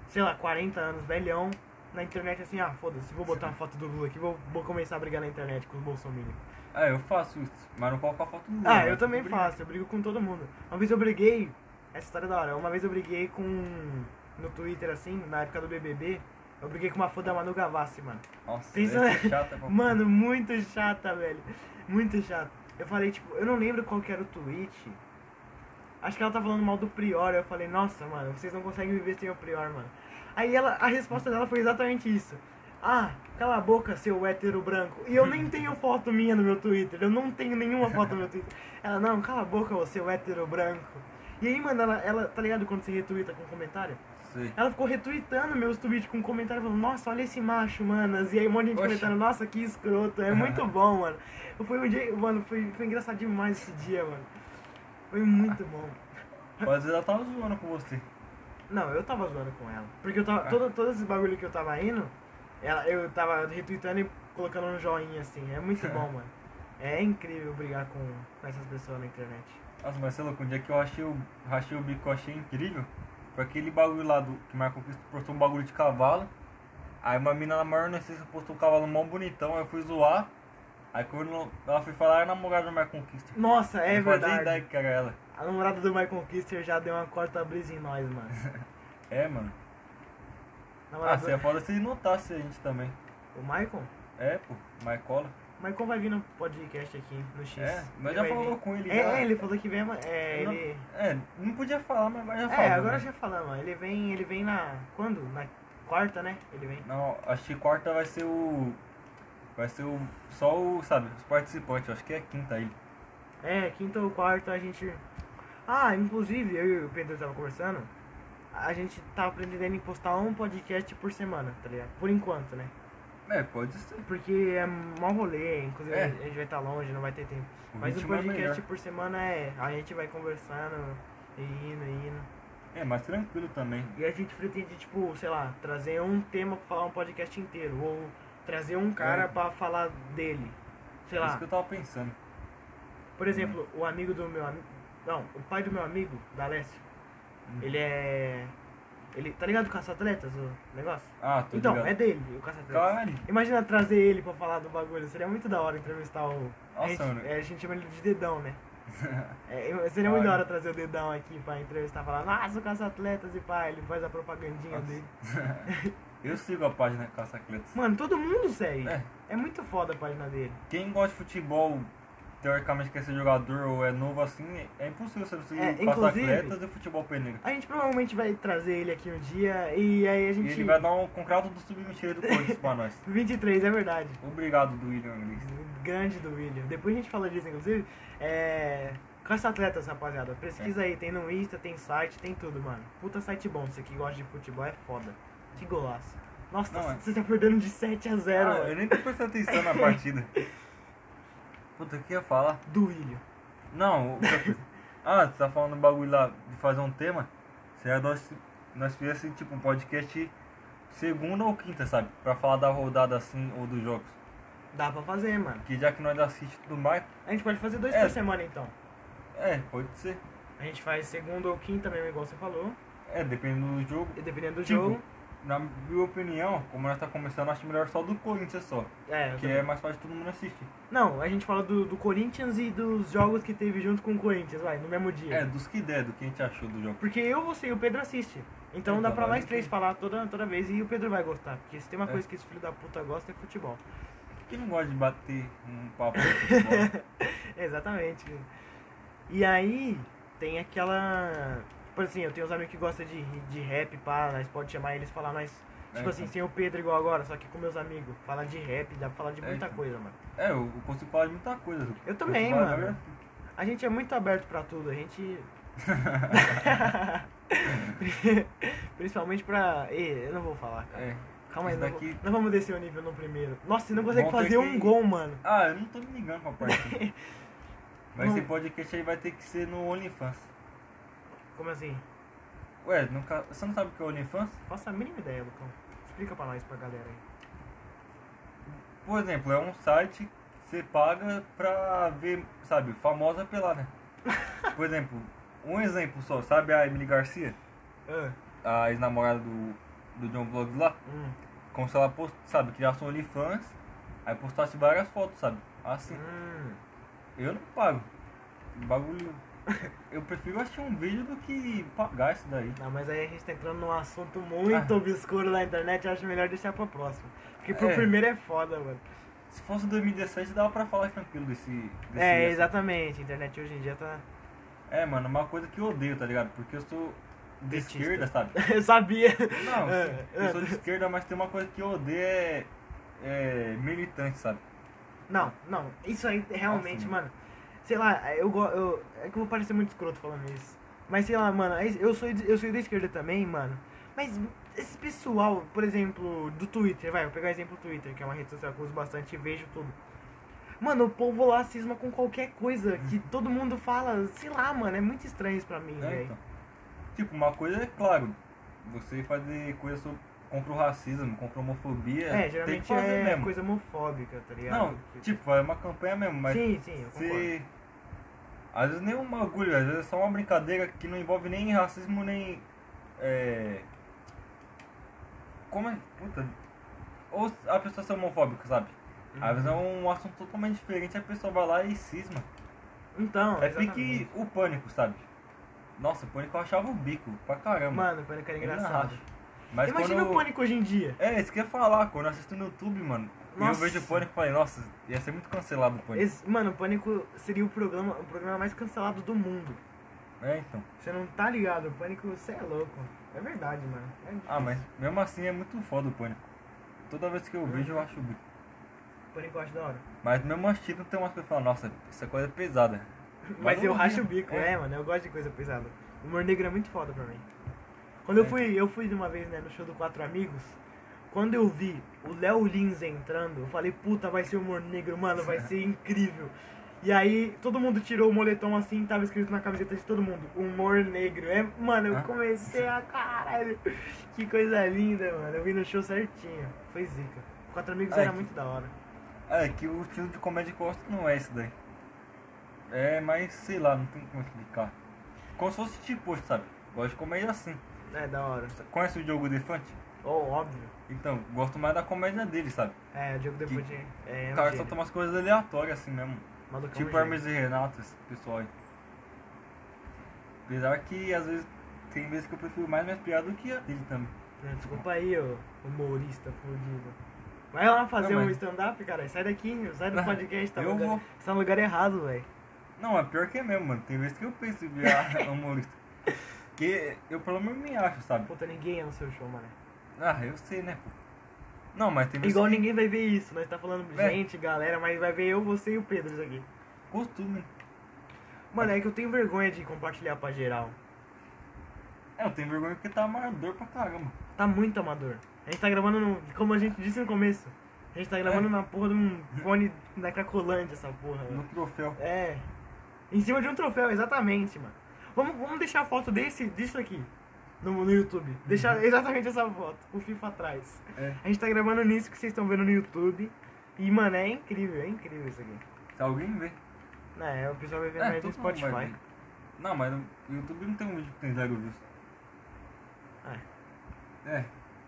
Speaker 1: sei lá, 40 anos, velhão, na internet assim, ah, foda-se, vou botar uma foto do Lula aqui, vou, vou começar a brigar na internet com os bolsominions.
Speaker 2: Ah, eu faço isso, mas não coloco a foto do Lula.
Speaker 1: Ah,
Speaker 2: mas
Speaker 1: eu também
Speaker 2: brigo.
Speaker 1: faço, eu brigo com todo mundo. Uma vez eu briguei, essa história é da hora, uma vez eu briguei com, no Twitter assim, na época do BBB, eu briguei com uma foto da Manu Gavassi, mano.
Speaker 2: Nossa,
Speaker 1: Pensa-
Speaker 2: essa é chata pra-
Speaker 1: Mano, muito chata, velho. Muito chata. Eu falei, tipo, eu não lembro qual que era o tweet. Acho que ela tá falando mal do Prior. Eu falei, nossa, mano, vocês não conseguem viver sem o Prior, mano. Aí ela, a resposta dela foi exatamente isso. Ah, cala a boca, seu hétero branco. E eu nem tenho foto minha no meu Twitter. Eu não tenho nenhuma foto no meu Twitter. Ela, não, cala a boca, ô, seu hétero branco. E aí, mano, ela, ela tá ligado quando você retuita com comentário?
Speaker 2: Sei.
Speaker 1: Ela ficou retweetando meus tweets com comentário falando, nossa, olha esse macho, manas. E aí um monte de gente
Speaker 2: Oxe.
Speaker 1: comentando, nossa, que escroto, é muito bom, mano. Foi um dia, mano, foi, foi engraçado demais esse dia, mano. Foi muito bom.
Speaker 2: Mas às vezes ela tava zoando com você.
Speaker 1: Não, eu tava zoando com ela. Porque eu
Speaker 2: Ah.
Speaker 1: tava. Todo, todo esse bagulho que eu tava indo, ela, eu tava retweetando e colocando um joinha assim. É
Speaker 2: Ah.
Speaker 1: muito bom, mano. É incrível brigar com, com essas pessoas na internet.
Speaker 2: Nossa, mas sei lá, um dia que eu achei o, achei o bico, eu achei incrível. Foi aquele bagulho lá do, que Marco Cristo postou um bagulho de cavalo. Aí uma mina na maior inocência postou um cavalo mó bonitão, aí eu fui zoar. Aí quando ela foi falar, era namorada do Marco Conquista.
Speaker 1: Nossa, é
Speaker 2: eu não fazia
Speaker 1: verdade.
Speaker 2: ideia que era ela.
Speaker 1: A namorada do Michael Kister já deu uma corta brisa em nós, mano.
Speaker 2: É, mano. Ah,
Speaker 1: Namorada
Speaker 2: você é foda se notasse a gente também.
Speaker 1: do... O Michael?
Speaker 2: É, pô, Maicola.
Speaker 1: O Michael vai vir no podcast aqui, no X.
Speaker 2: É, nós
Speaker 1: Ele
Speaker 2: já
Speaker 1: vai
Speaker 2: falou
Speaker 1: vir.
Speaker 2: com ele. já.
Speaker 1: É, ele falou que vem, mas- é,
Speaker 2: Não-
Speaker 1: ele...
Speaker 2: É, não podia falar, mas agora já falou.
Speaker 1: É, agora
Speaker 2: né?
Speaker 1: já falamos. Ele vem, ele vem na... Quando? Na quarta, né? Ele vem.
Speaker 2: Não, acho que quarta vai ser o. Vai ser o. Só o, sabe, os participantes, acho que é quinta ele.
Speaker 1: É, quinta ou quarta a gente. Ah, inclusive, eu e o Pedro tava conversando. A gente tá pretendendo em postar um podcast por semana, tá ligado? Por enquanto, né?
Speaker 2: É, pode ser.
Speaker 1: Porque é mó rolê, inclusive
Speaker 2: É.
Speaker 1: a gente vai estar longe, não vai ter tempo.
Speaker 2: O
Speaker 1: Mas um
Speaker 2: ritmo é
Speaker 1: podcast
Speaker 2: melhor.
Speaker 1: por semana é. A gente vai conversando e indo, e indo.
Speaker 2: É, mais tranquilo também.
Speaker 1: E a gente pretende, tipo, sei lá, trazer um tema pra falar um podcast inteiro. Ou trazer um cara
Speaker 2: É.
Speaker 1: pra falar dele. Sei
Speaker 2: É
Speaker 1: lá.
Speaker 2: isso que eu tava pensando.
Speaker 1: Por exemplo, o amigo do meu amigo. Não, o pai do meu amigo, da Alessio,
Speaker 2: Hum.
Speaker 1: ele é. Ele. Tá ligado o caça-atletas, o negócio?
Speaker 2: Ah, tô
Speaker 1: então,
Speaker 2: ligado.
Speaker 1: é dele, o caça-atletas.
Speaker 2: Caralho.
Speaker 1: Imagina trazer ele pra falar do bagulho, seria muito da hora entrevistar o. a,
Speaker 2: Nossa,
Speaker 1: gente,
Speaker 2: mano.
Speaker 1: é, a gente chama ele de dedão, né? É, eu- seria muito
Speaker 2: Olha.
Speaker 1: da hora trazer o dedão aqui pra entrevistar, falar, nossa, o caça-atletas e pá, ele faz a propagandinha
Speaker 2: Nossa.
Speaker 1: dele.
Speaker 2: eu sigo a página Caça Atletas.
Speaker 1: Mano, todo mundo segue.
Speaker 2: É.
Speaker 1: É. muito foda a página dele.
Speaker 2: Quem gosta de futebol, teoricamente quer ser jogador ou é novo assim, é impossível você seguir
Speaker 1: É,
Speaker 2: Caça
Speaker 1: inclusive-
Speaker 2: Atletas e futebol peneira.
Speaker 1: A gente provavelmente vai trazer ele aqui um dia e aí a
Speaker 2: E
Speaker 1: gente.
Speaker 2: ele vai dar um contrato do sub-23 do Corinthians pra nós.
Speaker 1: 23, é verdade.
Speaker 2: Obrigado do William Inglês.
Speaker 1: Grande do William. Depois a gente fala disso, inclusive. É. Caça Atletas, rapaziada.
Speaker 2: É.
Speaker 1: Pesquisa aí, tem no Insta, tem site, tem tudo, mano. Puta site bom, você que gosta de futebol é foda. Que golaço. Nossa,
Speaker 2: Não, é.
Speaker 1: você tá perdendo de 7 a 0
Speaker 2: Ah, eu
Speaker 1: mano.
Speaker 2: nem tô prestando atenção na partida. Puta, o que eu ia falar?
Speaker 1: do William.
Speaker 2: Não, outra coisa. Ah, você tá falando um bagulho lá de fazer um tema? Será nós, nós fizesse tipo um podcast segunda ou quinta, sabe? Pra falar da rodada assim ou dos jogos.
Speaker 1: Dá pra fazer, mano.
Speaker 2: Porque já que nós assistimos tudo mais,
Speaker 1: A gente pode fazer dois
Speaker 2: É.
Speaker 1: por semana então.
Speaker 2: é, pode ser.
Speaker 1: A gente faz segunda ou quinta mesmo, igual você falou.
Speaker 2: É, dependendo do jogo.
Speaker 1: E dependendo do
Speaker 2: Tipo,
Speaker 1: jogo.
Speaker 2: Na minha opinião, como nós tá começando, acho melhor só do Corinthians só.
Speaker 1: É, eu
Speaker 2: Que
Speaker 1: também.
Speaker 2: é mais fácil todo mundo assistir.
Speaker 1: Não, a gente fala do, do Corinthians e dos jogos que teve junto com o Corinthians, vai, no mesmo dia.
Speaker 2: É, dos que der, do que a gente achou do jogo.
Speaker 1: Porque eu, você e o Pedro assiste. Então
Speaker 2: Então,
Speaker 1: dá pra
Speaker 2: vai
Speaker 1: nós
Speaker 2: que-
Speaker 1: três falar toda, toda vez e o Pedro vai gostar. Porque se tem uma
Speaker 2: É.
Speaker 1: coisa que esse filho da puta gosta é futebol.
Speaker 2: Quem não gosta de bater um papo de futebol?
Speaker 1: Exatamente. E aí tem aquela. Tipo assim, eu tenho uns amigos que gostam de, de rap, pá, nós pode chamar eles e falar, nós.
Speaker 2: É,
Speaker 1: Tipo assim,
Speaker 2: então.
Speaker 1: sem o Pedro igual agora, só que com meus amigos. Falar de rap, dá pra falar de
Speaker 2: É,
Speaker 1: muita
Speaker 2: então.
Speaker 1: coisa, mano.
Speaker 2: É, eu eu consigo falar de muita coisa.
Speaker 1: Eu também,
Speaker 2: consigo falar
Speaker 1: mano.
Speaker 2: de-
Speaker 1: A gente é muito aberto pra tudo, a gente. Principalmente pra. Ih, eu não vou falar, cara.
Speaker 2: É.
Speaker 1: Calma aí,
Speaker 2: Isso
Speaker 1: não,
Speaker 2: daqui-
Speaker 1: vou- não vamos descer o nível no primeiro. Nossa, você não consegue
Speaker 2: Vão ter
Speaker 1: fazer um
Speaker 2: que-
Speaker 1: gol, mano.
Speaker 2: Ah, eu não tô me ligando pra parte. Mas
Speaker 1: Não.
Speaker 2: esse podcast aí vai ter que ser no OnlyFans.
Speaker 1: Como assim?
Speaker 2: Ué, nunca... você não sabe o que é OnlyFans?
Speaker 1: Faça a mínima ideia, Lucão. Explica pra nós, pra galera aí.
Speaker 2: Por exemplo, é um site que você paga pra ver, sabe, famosa pelada. Por exemplo, um exemplo só, sabe a Emily Garcia?
Speaker 1: Ah,
Speaker 2: A ex-namorada do, do John Vlogs lá?
Speaker 1: hum,
Speaker 2: Como se ela, post, sabe, criasse um OnlyFans, aí postasse várias fotos, sabe? Assim.
Speaker 1: hum.
Speaker 2: Eu não pago. O Bagulho. Eu prefiro assistir um vídeo do que pagar isso daí.
Speaker 1: Não, mas aí a gente tá entrando num assunto muito
Speaker 2: Ah.
Speaker 1: obscuro na internet. Eu acho melhor deixar pra próxima. Porque pro
Speaker 2: É.
Speaker 1: primeiro é foda, mano.
Speaker 2: Se fosse 2017, dava pra falar tranquilo desse. desse
Speaker 1: é, exatamente. A internet hoje em dia tá.
Speaker 2: É, mano, uma coisa que eu odeio, tá ligado? Porque eu sou de
Speaker 1: Petista.
Speaker 2: esquerda, sabe?
Speaker 1: Eu sabia.
Speaker 2: Não,
Speaker 1: É,
Speaker 2: sim,
Speaker 1: é.
Speaker 2: eu sou de esquerda, mas tem uma coisa que eu odeio é. é militante, sabe?
Speaker 1: Não, não. Isso aí realmente,
Speaker 2: Nossa, mano.
Speaker 1: mano. Sei lá, eu, go- eu. É que eu vou parecer muito escroto falando isso. Mas sei lá, mano, aí eu sou, de- eu sou da esquerda também, mano. Mas esse pessoal, por exemplo, do Twitter, vai, vou pegar o exemplo do Twitter, que é uma rede social que eu uso bastante e vejo tudo. Mano, o povo lá cisma com qualquer coisa que todo mundo fala, sei lá, mano, é muito estranho isso pra mim,
Speaker 2: Hum. É,
Speaker 1: velho.
Speaker 2: então. Tipo, uma coisa é claro, você fazer coisa sobre- contra o racismo, contra a homofobia,
Speaker 1: É,
Speaker 2: tem que
Speaker 1: geralmente
Speaker 2: fazer
Speaker 1: é
Speaker 2: mesmo.
Speaker 1: coisa homofóbica, tá ligado?
Speaker 2: Não,
Speaker 1: Que-
Speaker 2: tipo, é uma campanha mesmo, mas
Speaker 1: sim, sim, eu concordo.
Speaker 2: Se... Às vezes nem um bagulho, às vezes é só uma brincadeira que não envolve nem racismo nem É. Como é. Puta. Ou a pessoa ser homofóbica, sabe?
Speaker 1: hum.
Speaker 2: Às vezes é um assunto totalmente diferente, a pessoa vai lá e cisma.
Speaker 1: Então,
Speaker 2: É
Speaker 1: exatamente.
Speaker 2: pique o pânico, sabe? Nossa, o pânico eu achava o bico pra caramba.
Speaker 1: Mano, o pânico era
Speaker 2: Ele não
Speaker 1: engraçado.
Speaker 2: racha. é Mas
Speaker 1: Imagina
Speaker 2: quando...
Speaker 1: o pânico hoje em dia.
Speaker 2: É, isso que eu ia falar, quando eu assisto no YouTube, mano, e eu
Speaker 1: Nossa.
Speaker 2: vejo o pânico e falei, nossa, ia ser muito cancelado o pânico.
Speaker 1: Esse- mano, o pânico seria o programa, o programa mais cancelado do mundo.
Speaker 2: É, então.
Speaker 1: Você não tá ligado, o pânico, você é louco. É verdade, mano. É difícil.
Speaker 2: Ah, mas mesmo assim é muito foda o pânico. Toda vez que eu vejo eu acho o bico.
Speaker 1: O pânico eu acho da hora.
Speaker 2: Mas mesmo assistindo tem umas coisas que eu falo, nossa, essa coisa é pesada.
Speaker 1: Mas,
Speaker 2: não
Speaker 1: eu racho o
Speaker 2: rio.
Speaker 1: bico, é. mano. Eu gosto de coisa pesada. O humor negro é muito foda pra mim. Quando eu
Speaker 2: É.
Speaker 1: fui, eu fui de uma vez, né, no show do Quatro Amigos, quando eu vi o Léo Lins entrando, eu falei, puta, vai ser humor negro, mano, vai ser incrível. E aí, todo mundo tirou o moletom assim, tava escrito na camiseta de todo mundo, humor negro. É, mano, eu
Speaker 2: Ah.
Speaker 1: comecei a caralho. Que coisa linda, mano. Eu vi no show certinho. Foi zica. Quatro amigos
Speaker 2: É,
Speaker 1: era
Speaker 2: que-
Speaker 1: muito da hora.
Speaker 2: É, que o estilo de comédia que eu gosto não é esse daí. É, mas sei lá, não tem como explicar. Como se fosse tipo, sabe? Gosto de comédia assim.
Speaker 1: É, da hora.
Speaker 2: Conhece o Diogo Defante?
Speaker 1: Oh, óbvio.
Speaker 2: Então, gosto mais da comédia dele, sabe?
Speaker 1: É, o Diogo
Speaker 2: Que-
Speaker 1: depois de. É, é um
Speaker 2: O cara
Speaker 1: gênio.
Speaker 2: solta umas coisas aleatórias assim mesmo.
Speaker 1: Malucão
Speaker 2: tipo
Speaker 1: gênio.
Speaker 2: Hermes e Renato, esse pessoal aí. Apesar que às vezes tem vezes que eu prefiro mais minhas piadas do que a dele também.
Speaker 1: Não, É, Desculpa aí, ô humorista fudido. Vai lá fazer
Speaker 2: Não,
Speaker 1: um
Speaker 2: mas-
Speaker 1: stand-up, cara. Sai daqui, meu. sai do
Speaker 2: Não,
Speaker 1: podcast. Tá no
Speaker 2: eu
Speaker 1: lugar...
Speaker 2: vou.
Speaker 1: Você tá no lugar errado, velho.
Speaker 2: Não, é pior que é mesmo, mano. Tem vezes que eu penso em virar humorista. Porque eu pelo menos me acho, sabe?
Speaker 1: Puta, ninguém ia no seu show, mano.
Speaker 2: Ah, eu sei, né, pô. Não, mas tem vezes
Speaker 1: Igual
Speaker 2: que
Speaker 1: ninguém vai ver isso. Nós tá falando
Speaker 2: É.
Speaker 1: gente, galera, mas vai ver eu, você e o Pedro isso aqui.
Speaker 2: costume.
Speaker 1: Mano, é que eu tenho vergonha de compartilhar pra geral.
Speaker 2: É, eu tenho vergonha porque tá amador pra caramba.
Speaker 1: Tá muito amador. A gente tá gravando, no... como a gente disse no começo, a gente tá gravando na porra de um fone da Cracolândia, essa porra. mano.
Speaker 2: É. No troféu.
Speaker 1: É. Em cima de um troféu, exatamente, mano. Vamos, vamos deixar a foto desse, disso aqui no, no YouTube. Deixar
Speaker 2: Uhum.
Speaker 1: exatamente essa foto, com o FIFA atrás.
Speaker 2: É.
Speaker 1: A gente tá gravando nisso que vocês estão vendo no YouTube. E, mano, é incrível, é incrível isso aqui.
Speaker 2: Se alguém vê.
Speaker 1: É, o pessoal vai ver
Speaker 2: É,
Speaker 1: mais
Speaker 2: todo
Speaker 1: no
Speaker 2: mundo vai
Speaker 1: Spotify.
Speaker 2: ver. Não, mas no YouTube não tem um vídeo que tem zero views. É.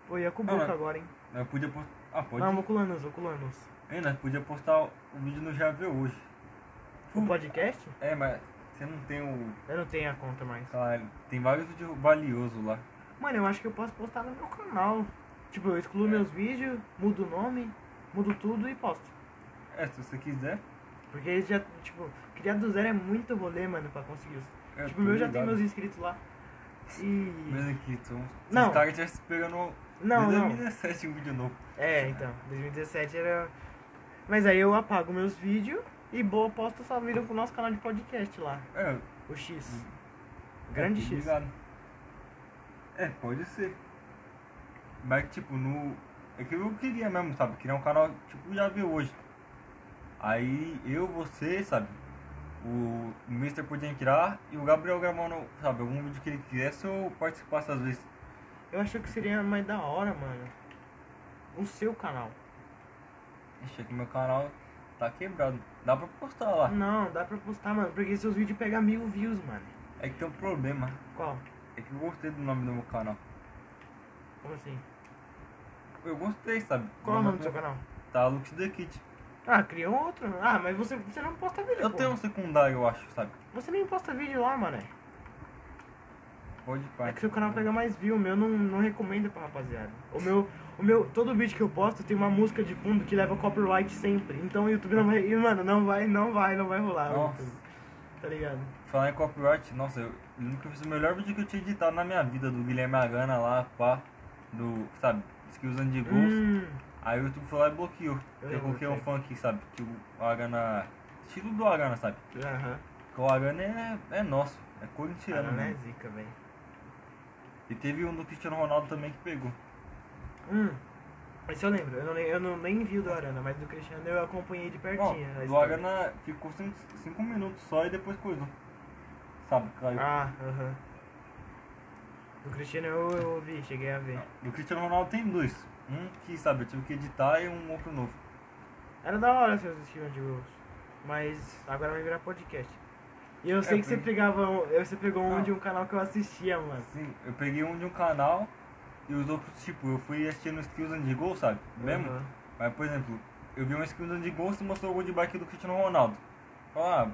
Speaker 1: Pô, ia com o
Speaker 2: Não,
Speaker 1: Boca
Speaker 2: não.
Speaker 1: agora, hein?
Speaker 2: Nós podia postar. Ah, pode.
Speaker 1: Não, vou com o Lanús, vou com o Lanús.
Speaker 2: Ei, nós podia postar o vídeo no GAV hoje.
Speaker 1: O podcast?
Speaker 2: É, mas você não tem o.
Speaker 1: Eu não tenho a conta mais.
Speaker 2: Claro, tem vários vídeos valiosos lá.
Speaker 1: Mano, eu acho que eu posso postar no meu canal. Tipo, eu
Speaker 2: É.
Speaker 1: excluo meus vídeos, mudo o nome, mudo tudo e posto.
Speaker 2: É, se você quiser.
Speaker 1: Porque eles já, tipo, criar do zero é muito rolê, mano, pra conseguir isso.
Speaker 2: É,
Speaker 1: tipo, o meu já tem
Speaker 2: ligado.
Speaker 1: meus inscritos lá. E.
Speaker 2: Mesmo aqui, então.
Speaker 1: Não.
Speaker 2: Os caras estivessem esperando
Speaker 1: Não,
Speaker 2: desde
Speaker 1: não.
Speaker 2: 2017 um vídeo novo.
Speaker 1: É, então, 2017 era. Mas aí eu apago meus vídeos e boa posto só vídeo pro nosso canal de podcast lá,
Speaker 2: É,
Speaker 1: o X.
Speaker 2: é,
Speaker 1: Grande
Speaker 2: tô
Speaker 1: X.
Speaker 2: ligado. É, pode ser. Mas tipo, no. É que eu queria mesmo, sabe? Criar um canal tipo já viu hoje. Aí eu, você, sabe? O Mr. podia entrar e o Gabriel gravando, sabe, algum vídeo que ele quisesse eu participasse às vezes.
Speaker 1: Eu achei que seria mais da hora, mano. O seu canal.
Speaker 2: Ixi, aqui meu canal tá quebrado. Dá pra postar lá.
Speaker 1: Não, dá pra postar, mano, porque seus vídeos pegam mil views, mano.
Speaker 2: É que tem um problema.
Speaker 1: Qual?
Speaker 2: É que eu gostei do nome do meu canal.
Speaker 1: Como assim?
Speaker 2: Eu gostei, sabe?
Speaker 1: Qual é o nome do seu canal?
Speaker 2: Tá Lux The Kit.
Speaker 1: Ah, cria outro. Ah, mas você, você não posta vídeo.
Speaker 2: Eu
Speaker 1: pô.
Speaker 2: tenho um secundário, eu acho, sabe?
Speaker 1: Você nem posta vídeo lá, mano.
Speaker 2: Pode
Speaker 1: É que seu canal pega mais view, o meu não, não recomenda pra rapaziada. O meu, o meu, todo vídeo que eu posto tem uma música de fundo que leva copyright sempre. Então o YouTube não vai, e, mano, não vai, não vai, não vai rolar. o
Speaker 2: Nossa.
Speaker 1: YouTube. Tá ligado?
Speaker 2: Falar em copyright, nossa, eu lembro que eu fiz o melhor vídeo que eu tinha editado na minha vida, do Guilherme Arana lá, pá, do, sabe, Skills and Goals.
Speaker 1: Hum,
Speaker 2: Aí o YouTube foi lá e bloqueou. Eu, eu
Speaker 1: lembro,
Speaker 2: coloquei um
Speaker 1: sei.
Speaker 2: funk, sabe, que o Arana. Estilo do Arana, sabe?
Speaker 1: aham.
Speaker 2: Porque o Arana é, é nosso, é corintiano,
Speaker 1: Cara, não é
Speaker 2: né?
Speaker 1: zica, velho.
Speaker 2: E teve um do Cristiano Ronaldo também que pegou.
Speaker 1: Hum. Esse eu lembro, eu não, le- eu não nem vi o do Arana, mas do Cristiano eu acompanhei de
Speaker 2: Bom,
Speaker 1: pertinho. a
Speaker 2: do
Speaker 1: história.
Speaker 2: Arana ficou 5 minutos só e depois coisou. Sabe, caiu.
Speaker 1: Ah, aham. Do Cristiano eu, eu ouvi, cheguei a ver.
Speaker 2: Do Cristiano Ronaldo tem dois. Um que, sabe, eu tive que editar e um outro novo.
Speaker 1: Era da hora seus esquemas de gols. Mas agora vai virar podcast. E eu sei
Speaker 2: É,
Speaker 1: que você
Speaker 2: porque-
Speaker 1: pegava um, eu- você pegou um
Speaker 2: Não.
Speaker 1: de um canal que eu assistia, mano.
Speaker 2: Sim, eu peguei um de um canal e os outros, tipo, eu fui assistindo skills de gol, sabe? Mesmo?
Speaker 1: Aham.
Speaker 2: Mas, por exemplo, eu vi um skills de gol que mostrou o gol de bike do Cristiano Ronaldo. Falar, ah,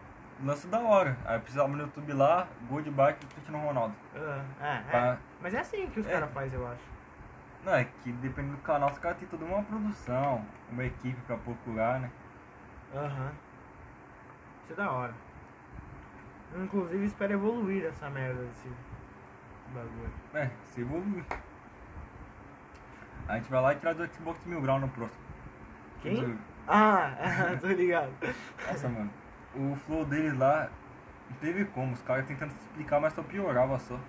Speaker 2: lance da hora. Aí eu precisava no YouTube lá, gol de bike do Cristiano Ronaldo.
Speaker 1: Ah, é, é.
Speaker 2: Pra-
Speaker 1: Mas é assim que os
Speaker 2: É.
Speaker 1: caras fazem, eu acho.
Speaker 2: Não, é que depende do canal, os caras têm toda uma produção, uma equipe pra procurar, né?
Speaker 1: Aham. Isso é da hora. Inclusive, espero evoluir essa merda desse bagulho.
Speaker 2: É, se evolui. A gente vai lá e traz o Xbox Mil Grau no próximo.
Speaker 1: Quem? Ah, tô ligado.
Speaker 2: Nossa, mano. O flow deles lá não teve como. Os caras tentando se explicar, mas só piorava só.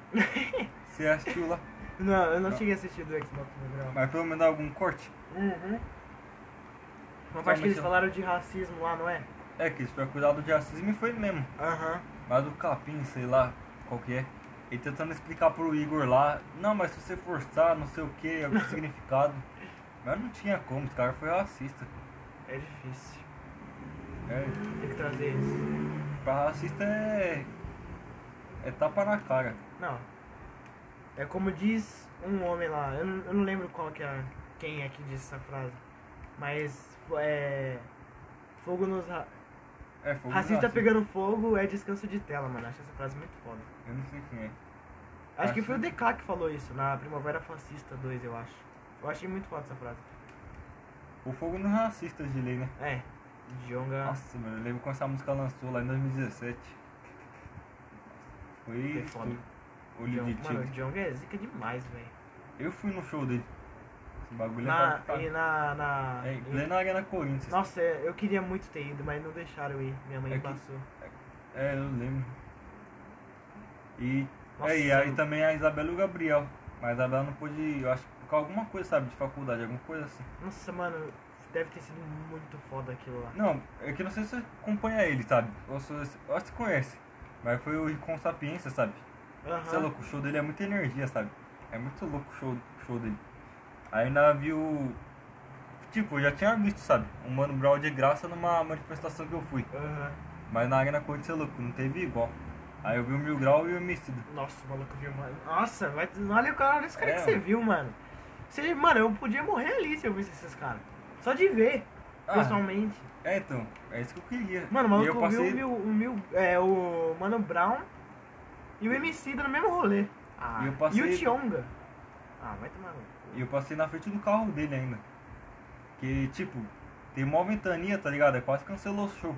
Speaker 2: Você assistiu lá?
Speaker 1: Não, eu não
Speaker 2: Não.
Speaker 1: cheguei a assistir do Xbox no grau.
Speaker 2: Mas pelo menos algum corte?
Speaker 1: Uhum. Uma parte que eles
Speaker 2: Somente-
Speaker 1: falaram de racismo lá, não é?
Speaker 2: É que isso foi acusado de racismo e foi mesmo.
Speaker 1: Aham.
Speaker 2: Mas o Capim, sei lá qual que é. Ele tentando explicar pro Igor lá. Não, mas se você forçar, não sei o que, algum significado. Mas não tinha como, os caras foram racistas.
Speaker 1: É difícil.
Speaker 2: É,
Speaker 1: Tem que trazer isso.
Speaker 2: pra racista é. É tapa na cara.
Speaker 1: Não. É como diz um homem lá, eu não, eu não lembro qual que é, quem é que disse essa frase. Mas é. Fogo nos. Ra
Speaker 2: É fogo de
Speaker 1: racista pegando fogo é descanso de tela, mano. Acho essa frase muito foda.
Speaker 2: Eu não sei quem é.
Speaker 1: Acho que
Speaker 2: Acho-
Speaker 1: foi o DK que falou isso, na Primavera Fascista 2, eu acho. Eu achei muito foda essa frase.
Speaker 2: O fogo não é racista, de lei, né?
Speaker 1: É, Djonga.
Speaker 2: Nossa, mano, eu lembro quando essa música lançou lá em 2017. Foi
Speaker 1: Foi foda.
Speaker 2: olho de
Speaker 1: Djonga- Mano, o
Speaker 2: tigre.
Speaker 1: Djonga é zica demais, velho.
Speaker 2: Eu fui no show dele. Esse bagulho é
Speaker 1: Na,
Speaker 2: pra-
Speaker 1: e na. na
Speaker 2: É, em
Speaker 1: e-
Speaker 2: plena Arena Corinthians.
Speaker 1: Nossa, é, eu queria muito ter ido, mas não deixaram eu ir. Minha mãe
Speaker 2: É que-
Speaker 1: passou.
Speaker 2: É, eu lembro. E,
Speaker 1: Nossa, um-
Speaker 2: é, e aí
Speaker 1: eu-
Speaker 2: também a Isabela e o Gabriel. Mas a Isabela não pôde ir, eu acho que por causa de alguma coisa, sabe, de faculdade, alguma coisa assim.
Speaker 1: Nossa, mano, deve ter sido muito foda aquilo lá.
Speaker 2: Não, é que não sei se você acompanha ele, sabe? Ou se eu acho que você conhece. Mas foi o com Sapiência, sabe? Você é
Speaker 1: Aham.
Speaker 2: louco, o show dele é muita energia, sabe? É muito louco o show, o show dele. Aí ainda viu. Tipo, eu já tinha visto, sabe? O Mano Brown de graça numa manifestação que eu fui.
Speaker 1: Aham.
Speaker 2: Mas na Arena Corinthians, você é louco, não teve igual. Aí eu vi o Mil Grau e o Emicida.
Speaker 1: Nossa, o maluco viu, mano. Nossa, vai, olha o cara, olha esse cara
Speaker 2: É,
Speaker 1: que você
Speaker 2: mano.
Speaker 1: viu, mano. Você, mano, eu podia morrer ali se eu visse esses caras. Só de ver,
Speaker 2: Ah.
Speaker 1: pessoalmente.
Speaker 2: É, então, é isso que eu queria.
Speaker 1: Mano, o
Speaker 2: e eu
Speaker 1: maluco viu
Speaker 2: passei,
Speaker 1: o Mil, o Mil, é, o Mano Brown e o MC no mesmo rolê. Ah,
Speaker 2: E eu passei-
Speaker 1: o Tionga. Ah, vai tomar no cu.
Speaker 2: e eu passei na frente do carro dele ainda. Que, tipo, tem mó ventania, tá ligado? Aí quase cancelou o show.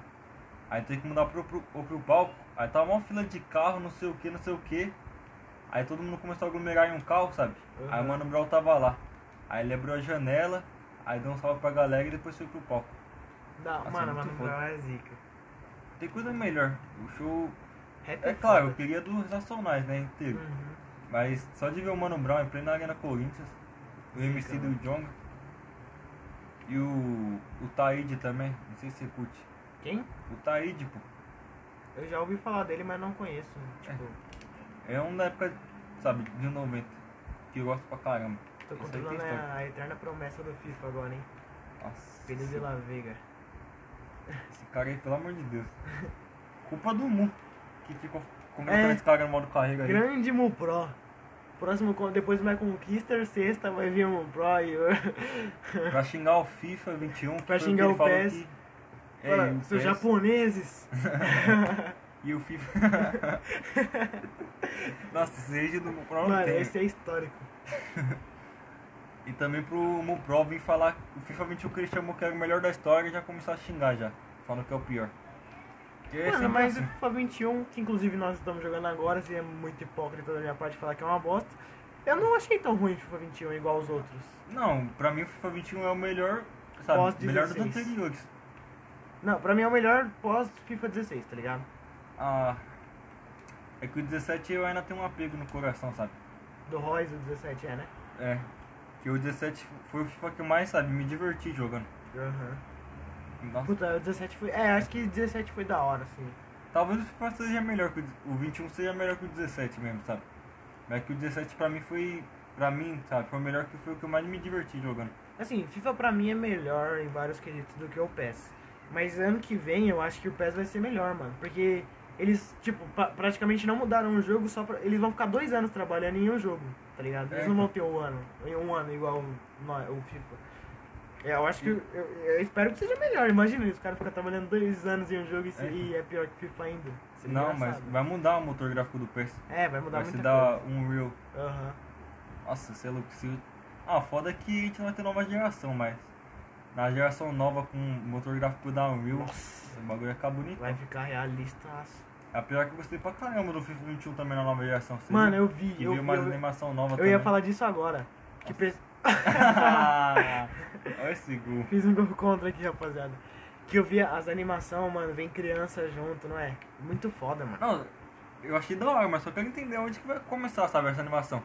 Speaker 2: Aí tem que mudar pro, pro, ou pro palco. Aí tá uma fila de carro, não sei o que, não sei o que. Aí todo mundo começou a aglomerar em um carro, sabe?
Speaker 1: Uhum.
Speaker 2: Aí o Mano Brown tava lá. Aí ele abriu a janela, aí deu um salve pra galera e depois foi pro palco.
Speaker 1: Não,
Speaker 2: Nossa,
Speaker 1: mano,
Speaker 2: é muito
Speaker 1: Mano
Speaker 2: foda.
Speaker 1: Brown é zica.
Speaker 2: Tem coisa melhor. O show.
Speaker 1: Rap
Speaker 2: É claro, eu
Speaker 1: foda.
Speaker 2: queria dos nacionais, né? Inteiro.
Speaker 1: Uhum.
Speaker 2: Mas só de ver o Mano Brown em plena Arena Corinthians, o MC
Speaker 1: cara.
Speaker 2: do Jonga e o, o Taíde também, não sei se você curte.
Speaker 1: Quem?
Speaker 2: O Taíde, pô,
Speaker 1: Eu já ouvi falar dele, mas não conheço. Tipo,
Speaker 2: é um da época, sabe, de 90, que eu gosto pra caramba.
Speaker 1: Tipo, tô
Speaker 2: Isso aí tem
Speaker 1: controlando
Speaker 2: história.
Speaker 1: a, a eterna promessa do FIFA agora, hein?
Speaker 2: Nossa,
Speaker 1: Pedro de La Vega.
Speaker 2: esse cara aí, pelo amor de Deus. Culpa do Mu, que ficou comentando esse cara no modo carrega aí.
Speaker 1: É. Grande Mu Pro. Próximo, con- depois do My Conquister, sexta vai vir o Mu Pro e
Speaker 2: É,
Speaker 1: o...
Speaker 2: Pra xingar o FIFA 21, que
Speaker 1: Pra
Speaker 2: foi que
Speaker 1: xingar
Speaker 2: ele
Speaker 1: o
Speaker 2: falou
Speaker 1: PES.
Speaker 2: que- É,
Speaker 1: Fala,
Speaker 2: e o
Speaker 1: seus
Speaker 2: PES.
Speaker 1: japoneses.
Speaker 2: E o FIFA. Nossa, esse rage do Mu Pro não
Speaker 1: Mano,
Speaker 2: tem.
Speaker 1: esse é histórico.
Speaker 2: E também pro Muprov vir falar o FIFA 21 que ele chamou que era o melhor da história e já começou a xingar já, falando que é o pior. Que é
Speaker 1: Mano,
Speaker 2: sempre
Speaker 1: mas o
Speaker 2: assim.
Speaker 1: FIFA 21, que inclusive nós estamos jogando agora, se é muito hipócrita da minha parte falar que é uma bosta, eu não achei tão ruim o FIFA 21 igual os outros.
Speaker 2: Não, pra mim o FIFA 21 é o melhor, sabe,
Speaker 1: Pós-16.
Speaker 2: melhor dos anteriores.
Speaker 1: Não, pra mim é o melhor pós FIFA 16, tá ligado?
Speaker 2: Ah, é que o 17 eu ainda tenho um apego no coração, sabe?
Speaker 1: Do Royce, o 17 é, né?
Speaker 2: É, que o 17 foi o FIFA que eu mais, sabe, me diverti jogando.
Speaker 1: Aham.
Speaker 2: Nossa,
Speaker 1: Puta, o 17 foi. É, acho que 17 foi da hora, assim.
Speaker 2: talvez o FIFA seja melhor, que o, de- o 21 seja melhor que o 17 mesmo, sabe? Mas é que o 17 pra mim foi, pra mim, sabe, foi o melhor que foi o que eu mais me diverti jogando.
Speaker 1: Assim, FIFA pra mim é melhor em vários quesitos do que o PES. Mas ano que vem eu acho que o PES vai ser melhor, mano. Porque Eles, tipo, pra- praticamente não mudaram o jogo só pra. Eles vão ficar dois anos trabalhando em um jogo, tá ligado? Eles
Speaker 2: É,
Speaker 1: não vão
Speaker 2: então.
Speaker 1: ter um ano, um ano igual o, nó- o FIFA. É, eu acho que. Eu, eu espero que seja melhor. Imagina isso, o cara fica trabalhando dois anos em um jogo e, se-
Speaker 2: É.
Speaker 1: e é pior que FIFA ainda. Seria
Speaker 2: Não, mas
Speaker 1: engraçado.
Speaker 2: vai mudar o motor gráfico do PS.
Speaker 1: É, vai mudar
Speaker 2: Vai se
Speaker 1: muita
Speaker 2: dar
Speaker 1: coisa.
Speaker 2: um real.
Speaker 1: Aham.
Speaker 2: Nossa, você é louco. Se... Ah, foda é que a gente não vai ter nova geração, mas. Na geração nova com motor gráfico da Unreal,
Speaker 1: Nossa.
Speaker 2: o bagulho ia ficar bonito.
Speaker 1: Vai ficar realista.
Speaker 2: A pior é que eu gostei pra caramba do FIFA 21 também na nova geração. Você
Speaker 1: Mano,
Speaker 2: viu?
Speaker 1: eu vi.
Speaker 2: Que
Speaker 1: Eu,
Speaker 2: veio mais
Speaker 1: eu,
Speaker 2: animação nova
Speaker 1: eu
Speaker 2: também.
Speaker 1: ia falar disso agora. Que pe-
Speaker 2: Olha esse gol.
Speaker 1: Fiz um gol contra aqui, rapaziada. Que eu vi as animações, mano, vem criança junto, não é? Muito foda, mano.
Speaker 2: Não, eu achei da hora, mas só quero entender onde que vai começar, sabe, essa animação.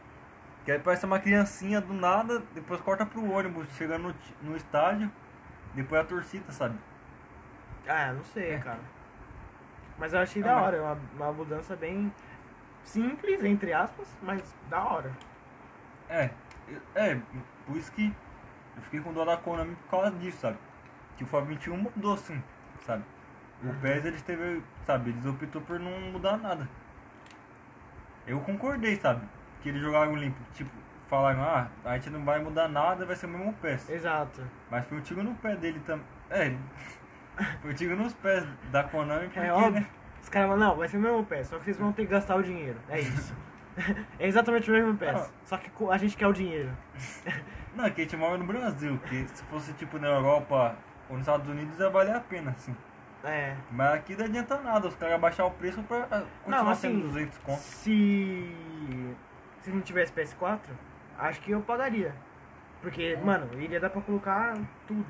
Speaker 2: Que aí parece uma criancinha do nada, depois corta pro ônibus, chegando no, ti- no estádio, depois é a torcida, sabe?
Speaker 1: Ah, não sei,
Speaker 2: É.
Speaker 1: cara. Mas eu achei
Speaker 2: É,
Speaker 1: da
Speaker 2: mas-
Speaker 1: hora, é uma, uma mudança bem simples, entre aspas, mas da hora.
Speaker 2: É, eu- é, por isso que eu fiquei com dó da Konami por causa disso, sabe? Que o Fab 21 mudou sim, sabe? O
Speaker 1: Uhum.
Speaker 2: PES eles teve, sabe, eles optou por não mudar nada. Eu concordei, sabe? Que eles jogaram limpo, tipo, falaram, ah, a gente não vai mudar nada, vai ser o mesmo PES.
Speaker 1: Exato.
Speaker 2: Mas foi um tiro no pé dele também. É, foi um tiro nos pés da Konami porque,
Speaker 1: É óbvio.
Speaker 2: né?
Speaker 1: Os caras falam, não, vai ser o mesmo pé, só que vocês vão ter que gastar o dinheiro. É isso. é exatamente o mesmo pé,
Speaker 2: Ah.
Speaker 1: só que co- a gente quer o dinheiro.
Speaker 2: Não, é que a gente mora no Brasil, que se fosse tipo na Europa ou nos Estados Unidos ia valer a pena, assim.
Speaker 1: É.
Speaker 2: Mas aqui não adianta nada, os caras baixar o preço pra ah, continuar
Speaker 1: Não, assim,
Speaker 2: sendo 200 conto.
Speaker 1: Se. Se não tivesse PS4, acho que eu pagaria. Porque, mano, iria dar pra colocar tudo.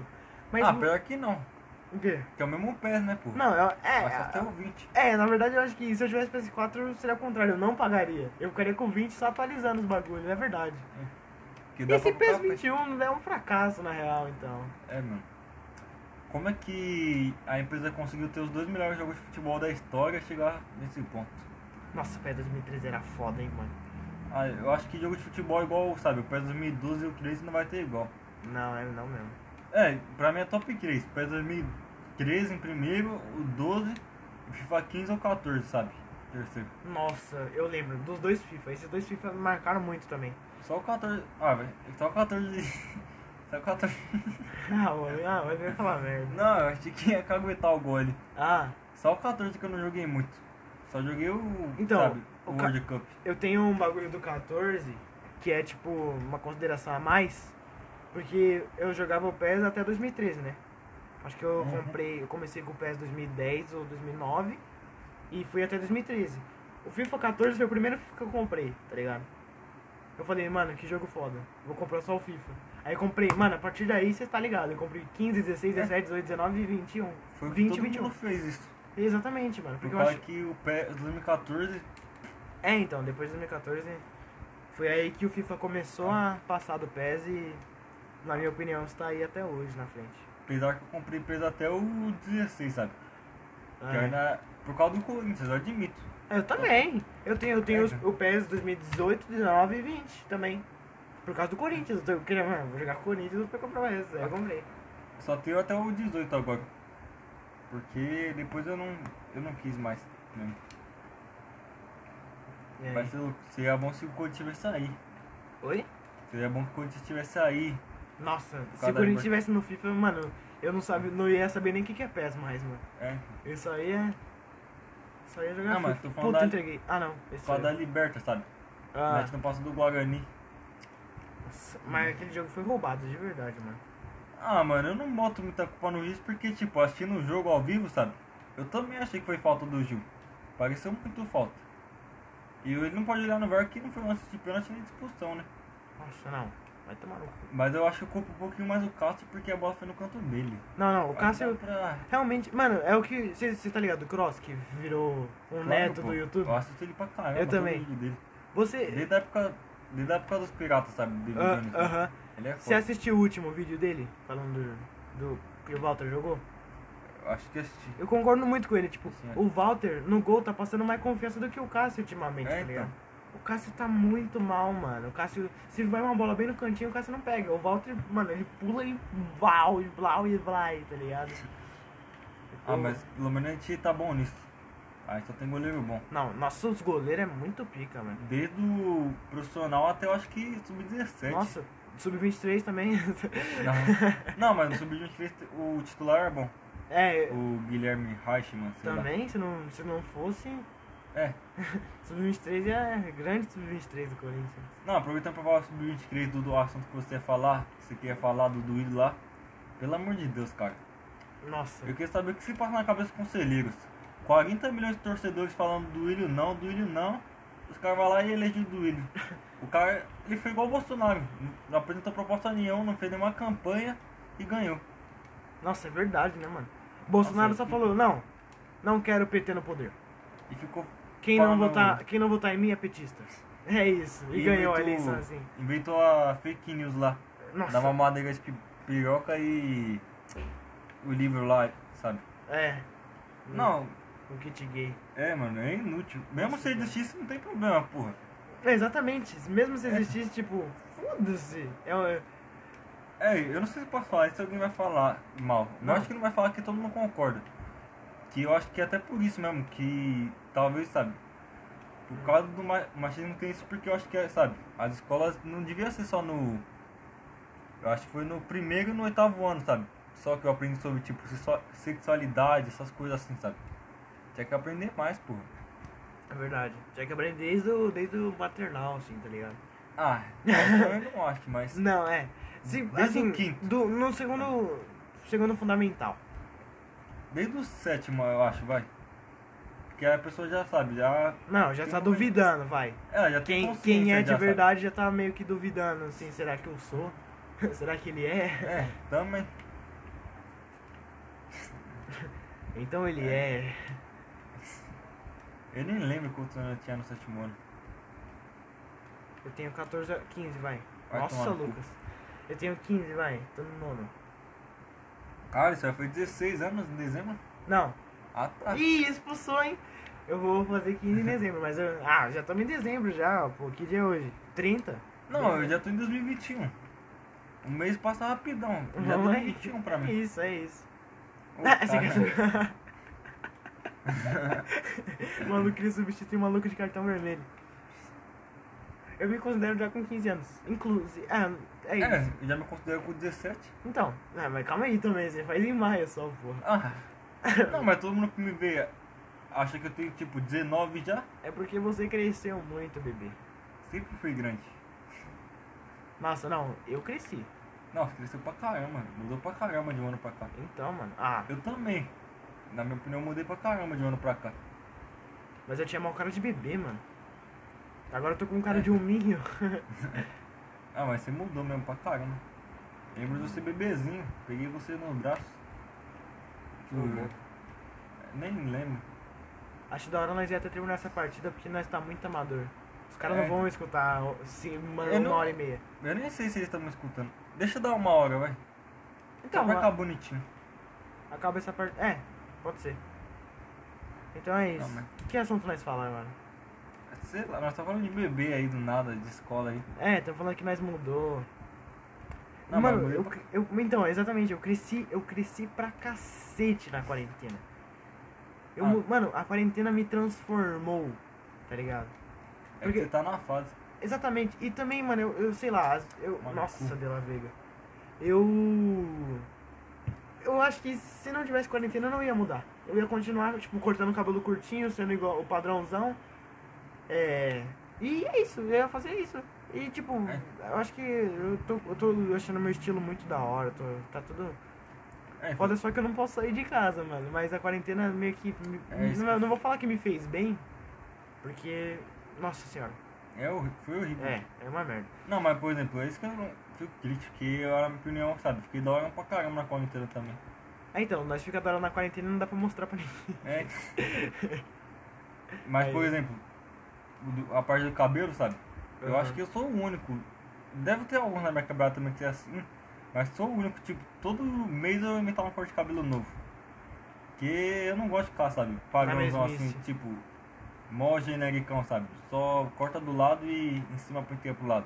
Speaker 1: Mas.
Speaker 2: Hum? ah,
Speaker 1: o-
Speaker 2: pior que não,
Speaker 1: o quê?
Speaker 2: que é o mesmo pé, né, pô?
Speaker 1: Não, eu-
Speaker 2: Vai só até
Speaker 1: é.
Speaker 2: o 20.
Speaker 1: É, na verdade eu acho que se eu tivesse PS4 seria o contrário, eu não pagaria. Eu ficaria com 20 só atualizando os bagulhos, é verdade.
Speaker 2: Que
Speaker 1: E
Speaker 2: dá
Speaker 1: esse
Speaker 2: pra comprar o
Speaker 1: PS21 é um fracasso na real, então.
Speaker 2: É, mano. Como é que a empresa conseguiu ter os dois melhores jogos de futebol da história e chegar nesse ponto?
Speaker 1: Nossa, o PS 2013 era foda, hein, mano.
Speaker 2: Ah, eu acho que jogo de futebol é igual, sabe? O PES 2012 e o 13 não vai ter igual.
Speaker 1: Não, é não mesmo.
Speaker 2: É, pra mim é top 3. PES 2013 em primeiro, o 12, o FIFA 15 ou 14, sabe? Terceiro.
Speaker 1: Nossa, eu lembro dos dois FIFA. Esses dois FIFA me marcaram muito também.
Speaker 2: Só o 14. Ah, velho. Só o 14. Só o 14.
Speaker 1: Ah, mano, ah, mas eu ia falar merda.
Speaker 2: Não, eu achei que ia caguetar o gole.
Speaker 1: Ah,
Speaker 2: Só o 14 que eu não joguei muito. Só joguei o.
Speaker 1: Então,
Speaker 2: sabe, o
Speaker 1: o ca-
Speaker 2: World Cup.
Speaker 1: eu tenho um bagulho do 14 que é tipo uma consideração a mais, porque eu jogava o PES até 2013, né? Acho que eu
Speaker 2: Uhum.
Speaker 1: comprei, eu comecei com o PES 2010 ou 2009 e fui até 2013. O FIFA 14 foi o primeiro que eu comprei, tá ligado? Eu falei, mano, que jogo foda. Vou comprar só o FIFA. Aí eu comprei, mano, a partir daí você tá ligado. Eu comprei 15, 16,
Speaker 2: É.
Speaker 1: 17, 18, 19 e 21.
Speaker 2: Foi o que
Speaker 1: 20,
Speaker 2: todo
Speaker 1: 21.
Speaker 2: mundo fez isso.
Speaker 1: Exatamente, mano.
Speaker 2: Por
Speaker 1: Porque eu
Speaker 2: causa
Speaker 1: acho,
Speaker 2: que o PES 2014
Speaker 1: É, então, depois de 2014 foi aí que o FIFA começou a passar do PES e, na minha opinião, está aí até hoje na frente.
Speaker 2: Apesar que eu comprei peso até o 16, sabe? Que
Speaker 1: É.
Speaker 2: ainda, por causa do Corinthians, eu admito.
Speaker 1: Eu também. Eu tenho, eu tenho os-
Speaker 2: É, né?
Speaker 1: o PES 2018, 19 e 20 também. Por causa do Corinthians. Eu tô- eu queria, mano, vou jogar com o Corinthians pra comprar mais. Aí eu comprei.
Speaker 2: Só tenho até o 18 agora. Porque depois eu não, eu não quis mais. Né?
Speaker 1: E aí?
Speaker 2: Mas eu- seria bom se o Corinthians tivesse aí.
Speaker 1: Oi?
Speaker 2: Seria bom que o Corinthians tivesse aí.
Speaker 1: Nossa,
Speaker 2: causa
Speaker 1: se o
Speaker 2: da
Speaker 1: Corinthians
Speaker 2: Libertadores.
Speaker 1: tivesse no FIFA, mano, eu não, sabia, não ia saber nem o que, que é PES mais, mano.
Speaker 2: É,
Speaker 1: Eu só ia. Só ia é jogar.
Speaker 2: Não, mas
Speaker 1: FIFA.
Speaker 2: tô falando
Speaker 1: Puta,
Speaker 2: da-
Speaker 1: entreguei. Ah, não.
Speaker 2: por
Speaker 1: Esse
Speaker 2: causa da
Speaker 1: foi.
Speaker 2: Liberta, sabe? A
Speaker 1: Ah.
Speaker 2: gente não passa do Guarani.
Speaker 1: Nossa, mas aquele jogo foi roubado, de verdade, mano.
Speaker 2: Ah, mano, eu não boto muita culpa no juiz porque, tipo, assistindo o jogo ao vivo, sabe? Eu também achei que foi falta do Gil. Pareceu muito falta. E ele não pode olhar no VAR que não foi um lance de pênalti nem de expulsão, né?
Speaker 1: Nossa, não. Vai tomar no cu.
Speaker 2: Mas eu acho que eu culpo um pouquinho mais o Cássio porque a bola foi no canto dele.
Speaker 1: Não, não, o Cássio
Speaker 2: Dá pra-
Speaker 1: realmente. Mano, é o que. Você tá ligado? O Cross, que virou um
Speaker 2: Claro,
Speaker 1: neto
Speaker 2: pô.
Speaker 1: do YouTube.
Speaker 2: Eu assisto ele pra caramba.
Speaker 1: Eu
Speaker 2: todo
Speaker 1: também.
Speaker 2: vídeo Dele.
Speaker 1: Você.
Speaker 2: Desde, a época, desde a época dos piratas, sabe? Dele
Speaker 1: Ah,
Speaker 2: jogando.
Speaker 1: Aham.
Speaker 2: Ele é
Speaker 1: Você
Speaker 2: foda.
Speaker 1: assistiu o último vídeo dele? Falando do. do que o Walter jogou?
Speaker 2: Eu acho que assisti.
Speaker 1: Eu concordo muito com ele. Tipo,
Speaker 2: Sim, é.
Speaker 1: o Walter no gol tá passando mais confiança do que o Cássio ultimamente,
Speaker 2: É,
Speaker 1: tá ligado?
Speaker 2: então.
Speaker 1: O Cássio tá muito mal, mano. O Cássio, se vai uma bola bem no cantinho, o Cássio não pega. O Walter, mano, ele pula e vau, e blau, e vai, tá ligado?
Speaker 2: Ah,
Speaker 1: Eu-
Speaker 2: mas pelo menos a gente tá bom nisso. Aí só tem goleiro bom.
Speaker 1: Não, nossos goleiros é muito pica, mano.
Speaker 2: Desde o profissional até eu acho que sub-17.
Speaker 1: Nossa, sub-23 também.
Speaker 2: Não, não mas no sub-23 o titular é bom.
Speaker 1: é,
Speaker 2: O Guilherme Reichmann, sei lá.
Speaker 1: também, se não, se não fosse.
Speaker 2: É.
Speaker 1: Sub-23 é grande sub-23 do Corinthians.
Speaker 2: Não, aproveitando pra falar sobre o 23 do, do assunto que você ia falar, que você queria falar do Duílio lá. Pelo amor de Deus, cara.
Speaker 1: Nossa.
Speaker 2: Eu queria saber o que se passa na cabeça dos conselheiros. 40 milhões de torcedores falando Duílio não, Duílio não. Os caras vão lá e elegem o Duílio. O cara, ele foi igual o Bolsonaro. Não apresentou proposta nenhuma, não fez nenhuma campanha e ganhou.
Speaker 1: Nossa, é verdade, né, mano? Bolsonaro
Speaker 2: Nossa,
Speaker 1: só
Speaker 2: que-
Speaker 1: falou, não, não quero PT no poder.
Speaker 2: E ficou...
Speaker 1: Quem não,
Speaker 2: falando-
Speaker 1: votar, quem não votar em mim é petista. É isso. E, ganhou a eleição assim.
Speaker 2: Inventou a fake news lá.
Speaker 1: Nossa.
Speaker 2: Da mamadeira de pi- piroca e... O livro lá, sabe?
Speaker 1: É.
Speaker 2: Não,
Speaker 1: Um kit gay.
Speaker 2: É, mano, é inútil. Mesmo se existisse, não tem problema, porra.
Speaker 1: É, exatamente. Mesmo se existisse, tipo, foda-se. É, um-
Speaker 2: É, eu não sei se posso falar, se alguém vai falar mal.
Speaker 1: Não.
Speaker 2: Mas acho que não vai falar que todo mundo concorda. Que eu acho que é até por isso mesmo, que talvez, sabe, por causa do ma- machismo tem isso, porque eu acho que, é, sabe, as escolas não devia ser só no. Eu acho que foi no primeiro e no oitavo ano, sabe? Só que eu aprendi sobre, tipo, sexua- sexualidade, essas coisas assim, sabe? Tinha que aprender mais, porra.
Speaker 1: é verdade. Tinha que aprender desde o, desde o maternal, assim, tá ligado?
Speaker 2: Ah, eu não acho, mas.
Speaker 1: Não, é. Se,
Speaker 2: Desde
Speaker 1: assim,
Speaker 2: o quinto.
Speaker 1: do- no segundo. Segundo fundamental.
Speaker 2: Desde o sétimo, eu acho, vai. Porque a pessoa já sabe, já.
Speaker 1: Não, já
Speaker 2: Tem
Speaker 1: tá
Speaker 2: uma-
Speaker 1: duvidando, vai.
Speaker 2: Ela já tem
Speaker 1: Quem,
Speaker 2: consciência,
Speaker 1: quem é
Speaker 2: já
Speaker 1: de
Speaker 2: sabe.
Speaker 1: verdade já tá meio que duvidando, assim, será que eu sou? será que ele é?
Speaker 2: É, também.
Speaker 1: Então ele é.
Speaker 2: Eu nem lembro quantos anos eu tinha no sétimo ano.
Speaker 1: Eu tenho 14, a- 15, vai.
Speaker 2: Vai
Speaker 1: Nossa,
Speaker 2: tomar no cu.
Speaker 1: Lucas. Eu tenho 15, vai. Tô no nono.
Speaker 2: Cara, isso já foi 16 anos em dezembro?
Speaker 1: Não.
Speaker 2: Ah, tá.
Speaker 1: Ih, expulsou, hein? Eu vou fazer 15 em dezembro, mas eu. Ah, já estamos em dezembro já, pô. Que dia é hoje? 30?
Speaker 2: Não, eu já tô em 2021. O um. mês passa rapidão. Já é
Speaker 1: Não é
Speaker 2: 2021 pra
Speaker 1: É
Speaker 2: mim.
Speaker 1: isso, é isso.
Speaker 2: Ô,
Speaker 1: Ah, você
Speaker 2: cara.
Speaker 1: quer
Speaker 2: é-
Speaker 1: saber? O maluco ele substitui o maluco de cartão vermelho. Eu me considero já com 15 anos. Inclusive. Ah, é isso.
Speaker 2: É, eu já me considero com 17.
Speaker 1: Então, ah, mas calma aí também, você faz em maio só, porra.
Speaker 2: Ah. Não, mas todo mundo que me vê acha que eu tenho tipo 19 já.
Speaker 1: É porque você cresceu muito, bebê.
Speaker 2: Sempre fui grande.
Speaker 1: Nossa, não, eu cresci.
Speaker 2: Nossa, cresceu pra caramba. Mudou pra caramba de um ano pra cá.
Speaker 1: Então, mano. Ah,
Speaker 2: Eu também. Na minha opinião, eu mudei pra caramba de um ano pra cá.
Speaker 1: mas eu tinha mal cara de bebê, mano. Agora eu tô com cara de hominho.
Speaker 2: Ah, mas você mudou mesmo pra caramba. Lembro de você bebezinho. Peguei você no braço. Deixa
Speaker 1: Hum.
Speaker 2: eu ver. Nem lembro.
Speaker 1: Acho da hora nós ia até terminar essa partida porque nós tá muito amador. Os caras
Speaker 2: É.
Speaker 1: não vão escutar assim, mano,
Speaker 2: Eu
Speaker 1: uma
Speaker 2: não-
Speaker 1: hora e meia.
Speaker 2: Eu nem sei se eles estão me escutando. Deixa eu dar uma hora, vai. Então,
Speaker 1: Então,
Speaker 2: vai
Speaker 1: a-
Speaker 2: ficar bonitinho.
Speaker 1: acaba essa parte. É, pode ser. Então é isso.
Speaker 2: Não, mas-
Speaker 1: Que assunto nós falamos, mano?
Speaker 2: Sei lá, nós tá falando de bebê aí do nada, de escola aí.
Speaker 1: É, tão falando que nós mudou.
Speaker 2: Não, mas
Speaker 1: mano,
Speaker 2: mudei
Speaker 1: eu,
Speaker 2: pra-
Speaker 1: eu- então, exatamente, eu cresci, eu cresci pra cacete na quarentena. Eu,
Speaker 2: Ah.
Speaker 1: mu- Mano, a quarentena me transformou, tá ligado?
Speaker 2: É
Speaker 1: Por
Speaker 2: que
Speaker 1: quê?
Speaker 2: você tá na fase.
Speaker 1: Exatamente. E também, mano, eu, eu sei lá, as- eu.
Speaker 2: Maluco.
Speaker 1: nossa, De La Vega. Eu. Eu acho que se não tivesse quarentena eu não ia mudar. Eu ia continuar, tipo, cortando o cabelo curtinho, sendo igual o padrãozão. É. E é isso, eu ia fazer isso. E tipo,
Speaker 2: É.
Speaker 1: eu acho que eu tô, eu tô achando meu estilo muito da hora, tô, tá tudo.
Speaker 2: É,
Speaker 1: Foda só que eu não posso sair de casa, mano. Mas a quarentena meio que. me-
Speaker 2: É isso.
Speaker 1: não, eu não vou falar que me fez bem, porque. Nossa senhora.
Speaker 2: é horri- foi horrível.
Speaker 1: É, é uma merda.
Speaker 2: Não, mas por exemplo, é isso que eu não fico triste, porque eu, na minha opinião, sabe, fiquei da hora pra caramba na quarentena também.
Speaker 1: Ah, então, nós fica da hora na quarentena e não dá pra mostrar pra ninguém.
Speaker 2: É. Mas,
Speaker 1: Aí.
Speaker 2: por exemplo, o do- a parte do cabelo, sabe? Eu
Speaker 1: Aham.
Speaker 2: acho que eu sou o único. Deve ter alguns na minha quebrada também que é assim. Mas sou o único, tipo, todo mês eu inventar uma corte de cabelo novo. Que eu não gosto de ficar,
Speaker 1: É
Speaker 2: sabe? Padrãozão assim,
Speaker 1: mesmice.
Speaker 2: tipo, mó genericão, sabe? Só corta do lado e em cima põe inteiro pro lado.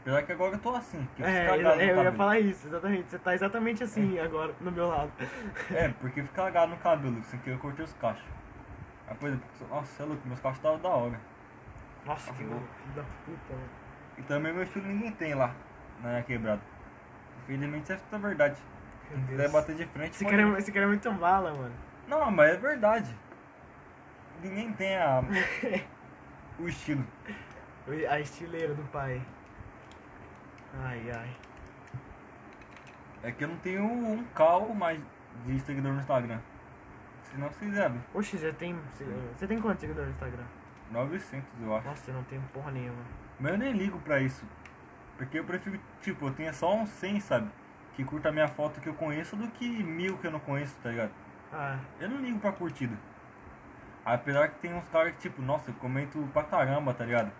Speaker 2: Apesar que agora eu tô assim, que eu fiz
Speaker 1: É,
Speaker 2: cagado no É.
Speaker 1: é, eu ia
Speaker 2: cabelo.
Speaker 1: falar isso, exatamente. Você tá exatamente assim agora, no meu lado.
Speaker 2: É, porque eu fiz cagado no cabelo, sem que eu cortei os cachos. Aí, por exemplo, nossa, é louco, meus carros estavam da hora.
Speaker 1: Nossa, que
Speaker 2: Nossa,
Speaker 1: louco, filho da puta, mano.
Speaker 2: Então, E também meu estilo ninguém tem lá, na quebrada. Infelizmente essa é a verdade.
Speaker 1: Meu
Speaker 2: Se quiser bater de frente,
Speaker 1: Esse
Speaker 2: pode-
Speaker 1: cara, é, esse cara é muito mala, mano.
Speaker 2: Não, mas é verdade. Ninguém tem a... o estilo.
Speaker 1: O- A estileira do pai. Ai, ai.
Speaker 2: É que eu não tenho um cal mais de seguidor no Instagram. Se não fizer,
Speaker 1: Oxe, já tem. Você você tem quantos seguidores no Instagram?
Speaker 2: 900 eu acho.
Speaker 1: Nossa, eu não tenho porra nenhuma.
Speaker 2: Mas eu nem ligo pra isso. Porque eu prefiro, tipo, eu tenho só uns 100, sabe? Que curta a minha foto que eu conheço do que mil que eu não conheço, tá ligado?
Speaker 1: Ah,
Speaker 2: Eu não ligo pra curtida. Apesar que tem uns caras que, tipo, nossa, eu comento pra caramba, tá ligado?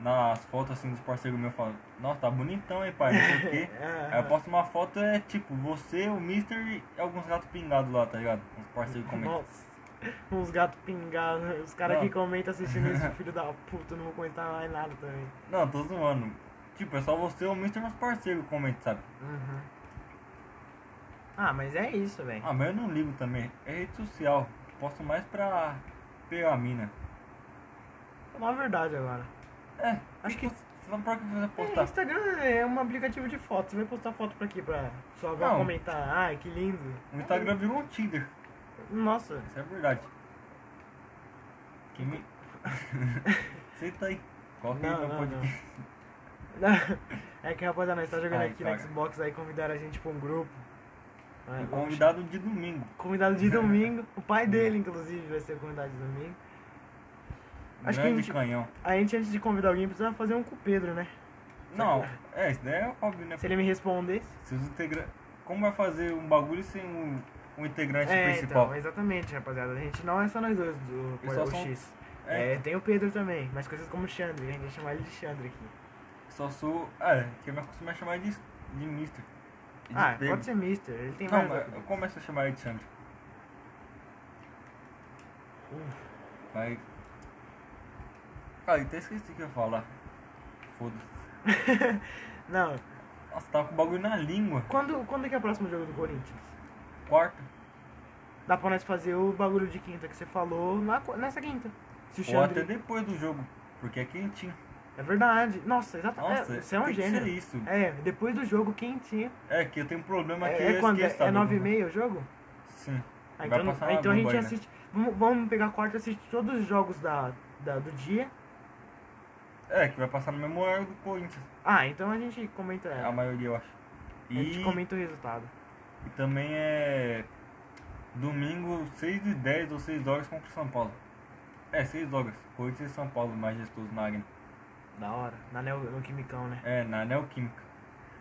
Speaker 2: Nas fotos assim dos parceiros meus, eu falo, nossa, tá bonitão, hein, pai, não sei o quê. Aí eu posto uma foto, é tipo, você, o Mister e alguns gatos pingados lá, tá ligado? Uns parceiros comentam.
Speaker 1: Nossa, uns gatos pingados. né? Os caras que
Speaker 2: Não.
Speaker 1: comentam assistindo esse filho da puta, não vou comentar mais nada também.
Speaker 2: Não, tô zoando. Tipo, é só você, o Mister e uns parceiros comentam, sabe?
Speaker 1: Uhum. Ah, mas é isso, velho.
Speaker 2: Ah, mas eu não ligo também. É rede social. Posto mais pra pegar a mina.
Speaker 1: Falar a verdade agora.
Speaker 2: É,
Speaker 1: Acho que-
Speaker 2: Você não pra que você
Speaker 1: É,
Speaker 2: postar.
Speaker 1: Instagram é um aplicativo de foto. Você vai postar foto pra quê? Pra só alguém
Speaker 2: Não.
Speaker 1: comentar. Ai, que lindo.
Speaker 2: O Instagram virou um Tinder.
Speaker 1: Nossa.
Speaker 2: Isso é verdade. Quem me... Senta aí. Coloca aí
Speaker 1: Não,
Speaker 2: meu
Speaker 1: não, não.
Speaker 2: podcast.
Speaker 1: É que rapaziada, nós tá jogando
Speaker 2: Ai,
Speaker 1: aqui na
Speaker 2: droga.
Speaker 1: Xbox, aí convidaram a gente pra um grupo. Aí,
Speaker 2: Um
Speaker 1: Ah, vamos-
Speaker 2: Convidado Hum. de domingo.
Speaker 1: Convidado de domingo. O pai dele, inclusive, vai ser o convidado de domingo. Acho que a
Speaker 2: grande
Speaker 1: gente-
Speaker 2: é canhão.
Speaker 1: A gente, antes de convidar alguém, precisa fazer um com o Pedro, né?
Speaker 2: Não, é, isso daí é óbvio, né?
Speaker 1: Se ele me respondesse.
Speaker 2: Se os integra... Como vai fazer um bagulho sem um, um integrante
Speaker 1: É,
Speaker 2: principal?
Speaker 1: então, exatamente, rapaziada. A gente não é só nós dois do
Speaker 2: E só
Speaker 1: o
Speaker 2: são-
Speaker 1: X.
Speaker 2: É,
Speaker 1: É, tem o Pedro também, mas coisas como Xandre, a gente vai chamar ele de Xandre aqui.
Speaker 2: só sou. Ah, é, que eu me acostumo a chamar de, de Mister. E de
Speaker 1: Ah,
Speaker 2: Pedro.
Speaker 1: pode ser Mister, ele tem
Speaker 2: Não,
Speaker 1: mais.
Speaker 2: mas eu começo a chamar ele de Sandro.
Speaker 1: Uh.
Speaker 2: Vai. Cara, eu até esqueci o que eu ia falar. Foda-se.
Speaker 1: Não,
Speaker 2: Nossa, tava com o bagulho na língua.
Speaker 1: quando, quando é que é o próximo jogo do Corinthians?
Speaker 2: Quarta.
Speaker 1: Dá pra nós fazer o bagulho de quinta que você falou na, qu- nessa quinta. Se o
Speaker 2: Ou até
Speaker 1: Xandre.
Speaker 2: depois do jogo. Porque é quentinho.
Speaker 1: É verdade. Nossa, exatamente.
Speaker 2: Nossa,
Speaker 1: é, você é um
Speaker 2: tem que ser
Speaker 1: gênio.
Speaker 2: isso.
Speaker 1: É, depois do jogo quentinho.
Speaker 2: É que eu tenho um problema que
Speaker 1: É,
Speaker 2: eu
Speaker 1: é quando?
Speaker 2: esqueço.
Speaker 1: É
Speaker 2: sabe?
Speaker 1: 9 e meia o jogo?
Speaker 2: Sim.
Speaker 1: Ah,
Speaker 2: Vai
Speaker 1: então
Speaker 2: passar
Speaker 1: ah,
Speaker 2: na
Speaker 1: então a
Speaker 2: Globo
Speaker 1: gente
Speaker 2: aí, né?
Speaker 1: assiste. Vamos, vamos pegar a quarta e assistir todos os jogos da, da- do dia.
Speaker 2: É, que vai passar no mesmo horário do Corinthians.
Speaker 1: Ah, então a gente comenta.
Speaker 2: A maioria, eu acho.
Speaker 1: A gente
Speaker 2: E,
Speaker 1: comenta o resultado.
Speaker 2: e também é. Domingo, 6 e 10 ou 6 horas contra o São Paulo. É, 6 horas. Corinthians e São Paulo, majestoso na Arena.
Speaker 1: Da hora. Na Neo, no Quimicão, né?
Speaker 2: É, na Neoquímica.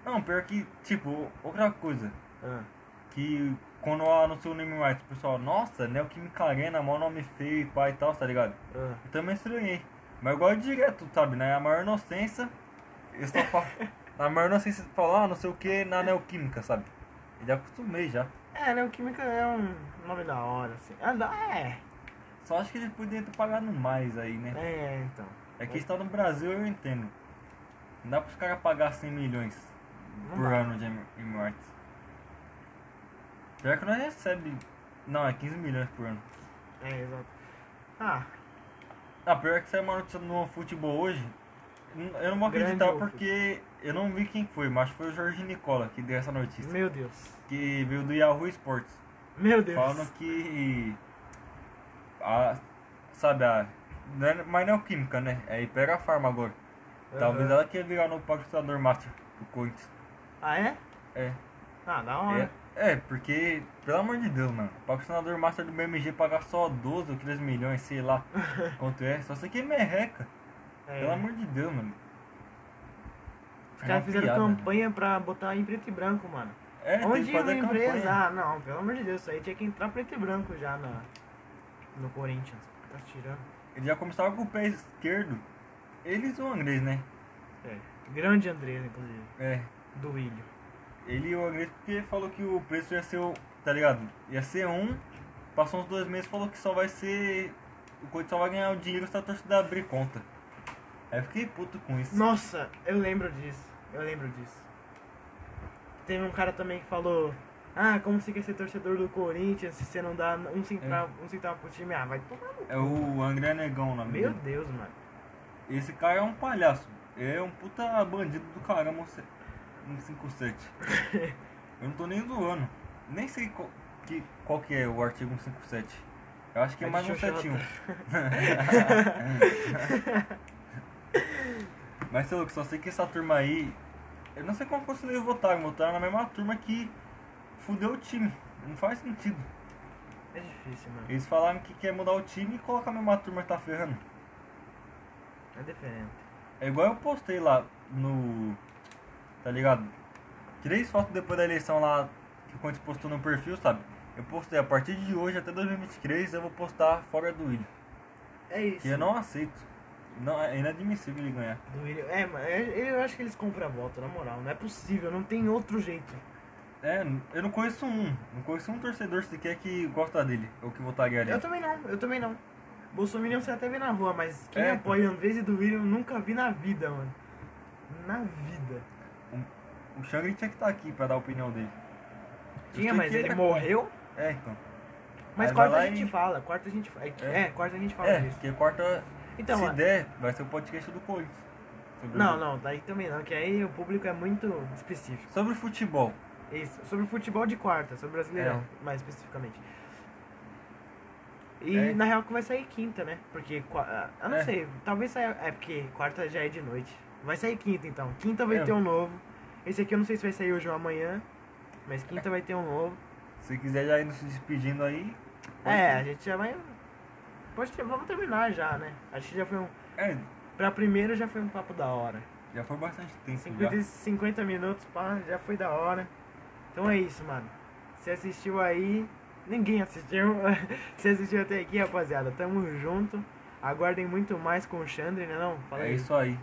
Speaker 2: Não, pior que, tipo, outra coisa.
Speaker 1: Ah,
Speaker 2: É. Que quando eu anunciou o name rights, o pessoal, nossa, Neoquímica Arena, mó nome feio e pá e tal, tá ligado?
Speaker 1: ah.
Speaker 2: Eu também estranhei. Mas igual é direto, sabe? Na maior inocência, eu só falo. na maior inocência, falar "Ah, não sei o que na Neoquímica, sabe? Eu já acostumei já.
Speaker 1: É, Neoquímica é um nome da hora, assim. Ah, dá- é.
Speaker 2: Só acho que eles podiam ter pagado mais aí, né?
Speaker 1: É, então.
Speaker 2: É que está no Brasil, eu entendo. Não dá pros caras pagar 100 milhões
Speaker 1: Não
Speaker 2: por
Speaker 1: dá.
Speaker 2: ano de em- em mortes. Pior que nós recebe. Não, é 15 milhões por ano.
Speaker 1: É, exato. Ah,
Speaker 2: Ah, pior que saiu uma notícia no futebol hoje. N- Eu não vou
Speaker 1: Grande
Speaker 2: acreditar
Speaker 1: o
Speaker 2: porque eu não vi quem foi, mas foi o Jorge Nicola que deu essa notícia.
Speaker 1: meu Deus.
Speaker 2: Que veio do Yahoo Sports.
Speaker 1: Meu Deus.
Speaker 2: Falando que. A, sabe, a. Não é, mas não é o Química, né? É Ipera Farma agora. Talvez
Speaker 1: Aham.
Speaker 2: ela queira virar novo patrocinador master do Corinthians.
Speaker 1: Ah, é?
Speaker 2: É.
Speaker 1: Ah, da hora.
Speaker 2: É, é, porque, pelo amor de Deus, mano, o patrocinador master do BMG pagar só 12 ou 13 milhões, sei lá quanto é, só sei que é merreca.
Speaker 1: É.
Speaker 2: Pelo amor de Deus, mano.
Speaker 1: Os
Speaker 2: é uma
Speaker 1: caras fizeram
Speaker 2: piada,
Speaker 1: campanha pra botar em preto e branco, mano.
Speaker 2: É, tem
Speaker 1: Onde
Speaker 2: que
Speaker 1: ia uma
Speaker 2: fazer
Speaker 1: empresa?
Speaker 2: campanha.
Speaker 1: Ah, não, pelo amor de Deus, isso aí tinha que entrar preto e branco já na, no Corinthians. Tá tirando.
Speaker 2: Ele já começava com o pé esquerdo. Eles o inglês, né?
Speaker 1: É. Grande Andrés, inclusive,
Speaker 2: É.
Speaker 1: do Willian.
Speaker 2: Ele e o inglês porque falou que o preço ia ser o. tá ligado? Ia ser um, passou uns dois meses falou que só vai ser. O Corinthians só vai ganhar o dinheiro se a torcida abrir conta. Aí eu fiquei puto com isso.
Speaker 1: Nossa, eu lembro disso. Eu lembro disso. Teve um cara também que falou Ah, como você quer ser torcedor do Corinthians se você não dá um centavo, um centavo pro time? Ah, vai tomar no
Speaker 2: É o André Negão o nome
Speaker 1: Meu
Speaker 2: dele.
Speaker 1: Deus, mano.
Speaker 2: Esse cara é um palhaço. Ele é um puta bandido do caramba, um se- um 57. Eu não tô nem zoando. Nem sei qual que, qual que é o artigo 157. Eu acho que é
Speaker 1: É de
Speaker 2: mais um
Speaker 1: xoxota.
Speaker 2: setinho. Mas sei lá, só sei que essa turma aí. Eu não sei como conseguiu votar. Votaram na mesma turma que fudeu o time. Não faz sentido.
Speaker 1: É difícil, mano.
Speaker 2: Eles falaram que quer mudar o time e colocar a mesma turma que tá ferrando.
Speaker 1: É diferente.
Speaker 2: É igual eu postei lá no. Tá ligado? Três fotos depois da eleição lá que o Conte postou no perfil, sabe? Eu postei a partir de hoje até 2023 eu vou postar fora do Willian.
Speaker 1: É isso.
Speaker 2: Que eu não aceito. Não, é inadmissível ele ganhar.
Speaker 1: Do Willian. É, mano, é- eu acho que eles compram a volta, na moral. Não é possível, não tem outro jeito.
Speaker 2: É, eu não conheço um. Não conheço um torcedor sequer que gosta dele ou que votaria
Speaker 1: Eu
Speaker 2: nele.
Speaker 1: também não, eu também não. Bolsonaro você até vê na rua, mas quem
Speaker 2: É, pô.
Speaker 1: apoia Andrés e do William eu nunca vi na vida, mano. Na vida.
Speaker 2: O Shangri tinha que estar aqui pra dar a opinião dele. Eu sei
Speaker 1: Tinha, mas
Speaker 2: que
Speaker 1: é ele
Speaker 2: tá-
Speaker 1: morreu.
Speaker 2: É, então.
Speaker 1: Mas
Speaker 2: Aí vai
Speaker 1: quarta
Speaker 2: lá
Speaker 1: a gente
Speaker 2: e-
Speaker 1: fala, quarta a gente fala. É, que-
Speaker 2: É.
Speaker 1: é, quarta a gente fala
Speaker 2: É,
Speaker 1: disso.
Speaker 2: porque quarta,
Speaker 1: Então,
Speaker 2: se
Speaker 1: mano,
Speaker 2: der, vai ser o podcast do Corinthians. Sobre
Speaker 1: não,
Speaker 2: o-
Speaker 1: não, daí também não, que aí o público é muito específico.
Speaker 2: Sobre futebol.
Speaker 1: Isso, sobre o futebol de quarta, sobre o Brasileirão, mais especificamente. E
Speaker 2: É.
Speaker 1: na real que vai sair quinta, né? Porque, qua- ah, eu não
Speaker 2: É.
Speaker 1: sei, talvez saia, é porque quarta já é de noite. Vai sair quinta então, quinta vai
Speaker 2: É.
Speaker 1: ter um novo. Esse aqui eu não sei se vai sair hoje ou amanhã, mas quinta vai ter um novo.
Speaker 2: Se quiser já ir nos despedindo aí. pode
Speaker 1: é, a
Speaker 2: ir.
Speaker 1: gente já vai... Pode ter- vamos terminar já, né? Acho que já foi um...
Speaker 2: É,
Speaker 1: Pra primeiro já foi um papo da hora.
Speaker 2: já foi bastante tempo.
Speaker 1: 50,
Speaker 2: já.
Speaker 1: e 50 minutos, pá, já foi da hora. Então é isso, mano. Você assistiu aí, ninguém assistiu. Você assistiu até aqui, rapaziada. Tamo junto. Aguardem muito mais com o Xandre, né não? Fala
Speaker 2: É
Speaker 1: aí.
Speaker 2: isso aí.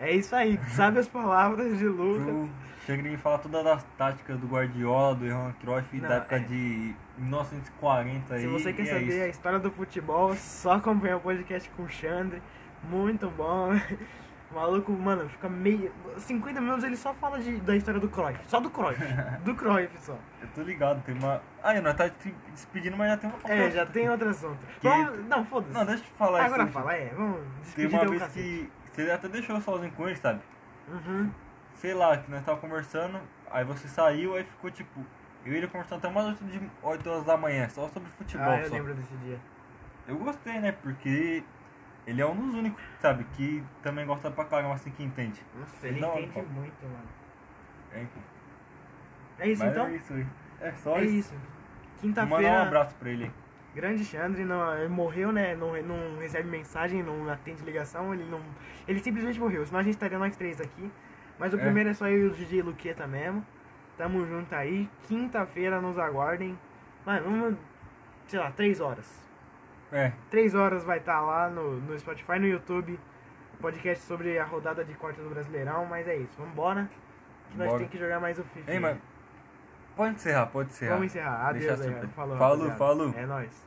Speaker 1: É isso aí. Sabe as palavras de Lucas.
Speaker 2: Pro Xangri fala todas as táticas do Guardiola, do Johan Cruyff
Speaker 1: Não,
Speaker 2: da época
Speaker 1: é.
Speaker 2: de 1940 aí.
Speaker 1: Se você quer
Speaker 2: e é
Speaker 1: saber a
Speaker 2: isso.
Speaker 1: história do futebol, só acompanha o podcast com o Xandre. Muito bom. O maluco, mano, fica meio... 50 minutos ele só fala de, da história do Cruyff. Só do Cruyff. Do Cruyff só.
Speaker 2: Eu tô ligado, tem uma. Aí, nós tá se despedindo, mas já tem uma.
Speaker 1: É, já tem outro assunto.
Speaker 2: Que-
Speaker 1: Vamos- Não, foda-se.
Speaker 2: Não, deixa eu te falar
Speaker 1: Agora
Speaker 2: isso.
Speaker 1: fala, é. Vamos
Speaker 2: Tem
Speaker 1: despedir
Speaker 2: uma
Speaker 1: do
Speaker 2: vez
Speaker 1: cacete.
Speaker 2: que. Você até deixou eu sozinho com ele, sabe?
Speaker 1: Uhum.
Speaker 2: Sei lá, que nós tava conversando, aí você saiu, aí ficou tipo. Eu e ele conversando até umas 8, de, 8 horas da manhã, só sobre futebol.
Speaker 1: ah, eu
Speaker 2: só.
Speaker 1: lembro desse dia.
Speaker 2: Eu gostei, né? Porque ele é um dos únicos, sabe, que também gosta pra caramba assim que entende.
Speaker 1: Nossa, ele
Speaker 2: Não,
Speaker 1: entende
Speaker 2: pô.
Speaker 1: muito, mano.
Speaker 2: É, então.
Speaker 1: É isso,
Speaker 2: Mas
Speaker 1: então?
Speaker 2: É isso aí. É só
Speaker 1: É
Speaker 2: isso.
Speaker 1: isso.
Speaker 2: Mandar um
Speaker 1: Quinta-feira,
Speaker 2: abraço pra ele.
Speaker 1: grande Xandre não, ele morreu, né? Não, não recebe mensagem, não atende ligação, ele não. Ele simplesmente morreu, senão a gente estaria nós três aqui. Mas o
Speaker 2: É.
Speaker 1: primeiro é só eu e o DJ Luqueta mesmo. Tamo junto aí. Quinta-feira nos aguardem. Mano, vamos. Sei lá, três horas.
Speaker 2: É,
Speaker 1: Três horas vai estar lá no, no Spotify, no YouTube. Podcast sobre a rodada de corte do Brasileirão, mas é isso. Vambora. Que nós
Speaker 2: Bora.
Speaker 1: temos que jogar mais o FIFA. né?
Speaker 2: Ei, mas. Pode encerrar, pode encerrar.
Speaker 1: Vamos encerrar.
Speaker 2: Deixa
Speaker 1: Adeus,
Speaker 2: assim,
Speaker 1: galera. Falou.
Speaker 2: falou,
Speaker 1: rapaziada.
Speaker 2: falou.
Speaker 1: É nóis.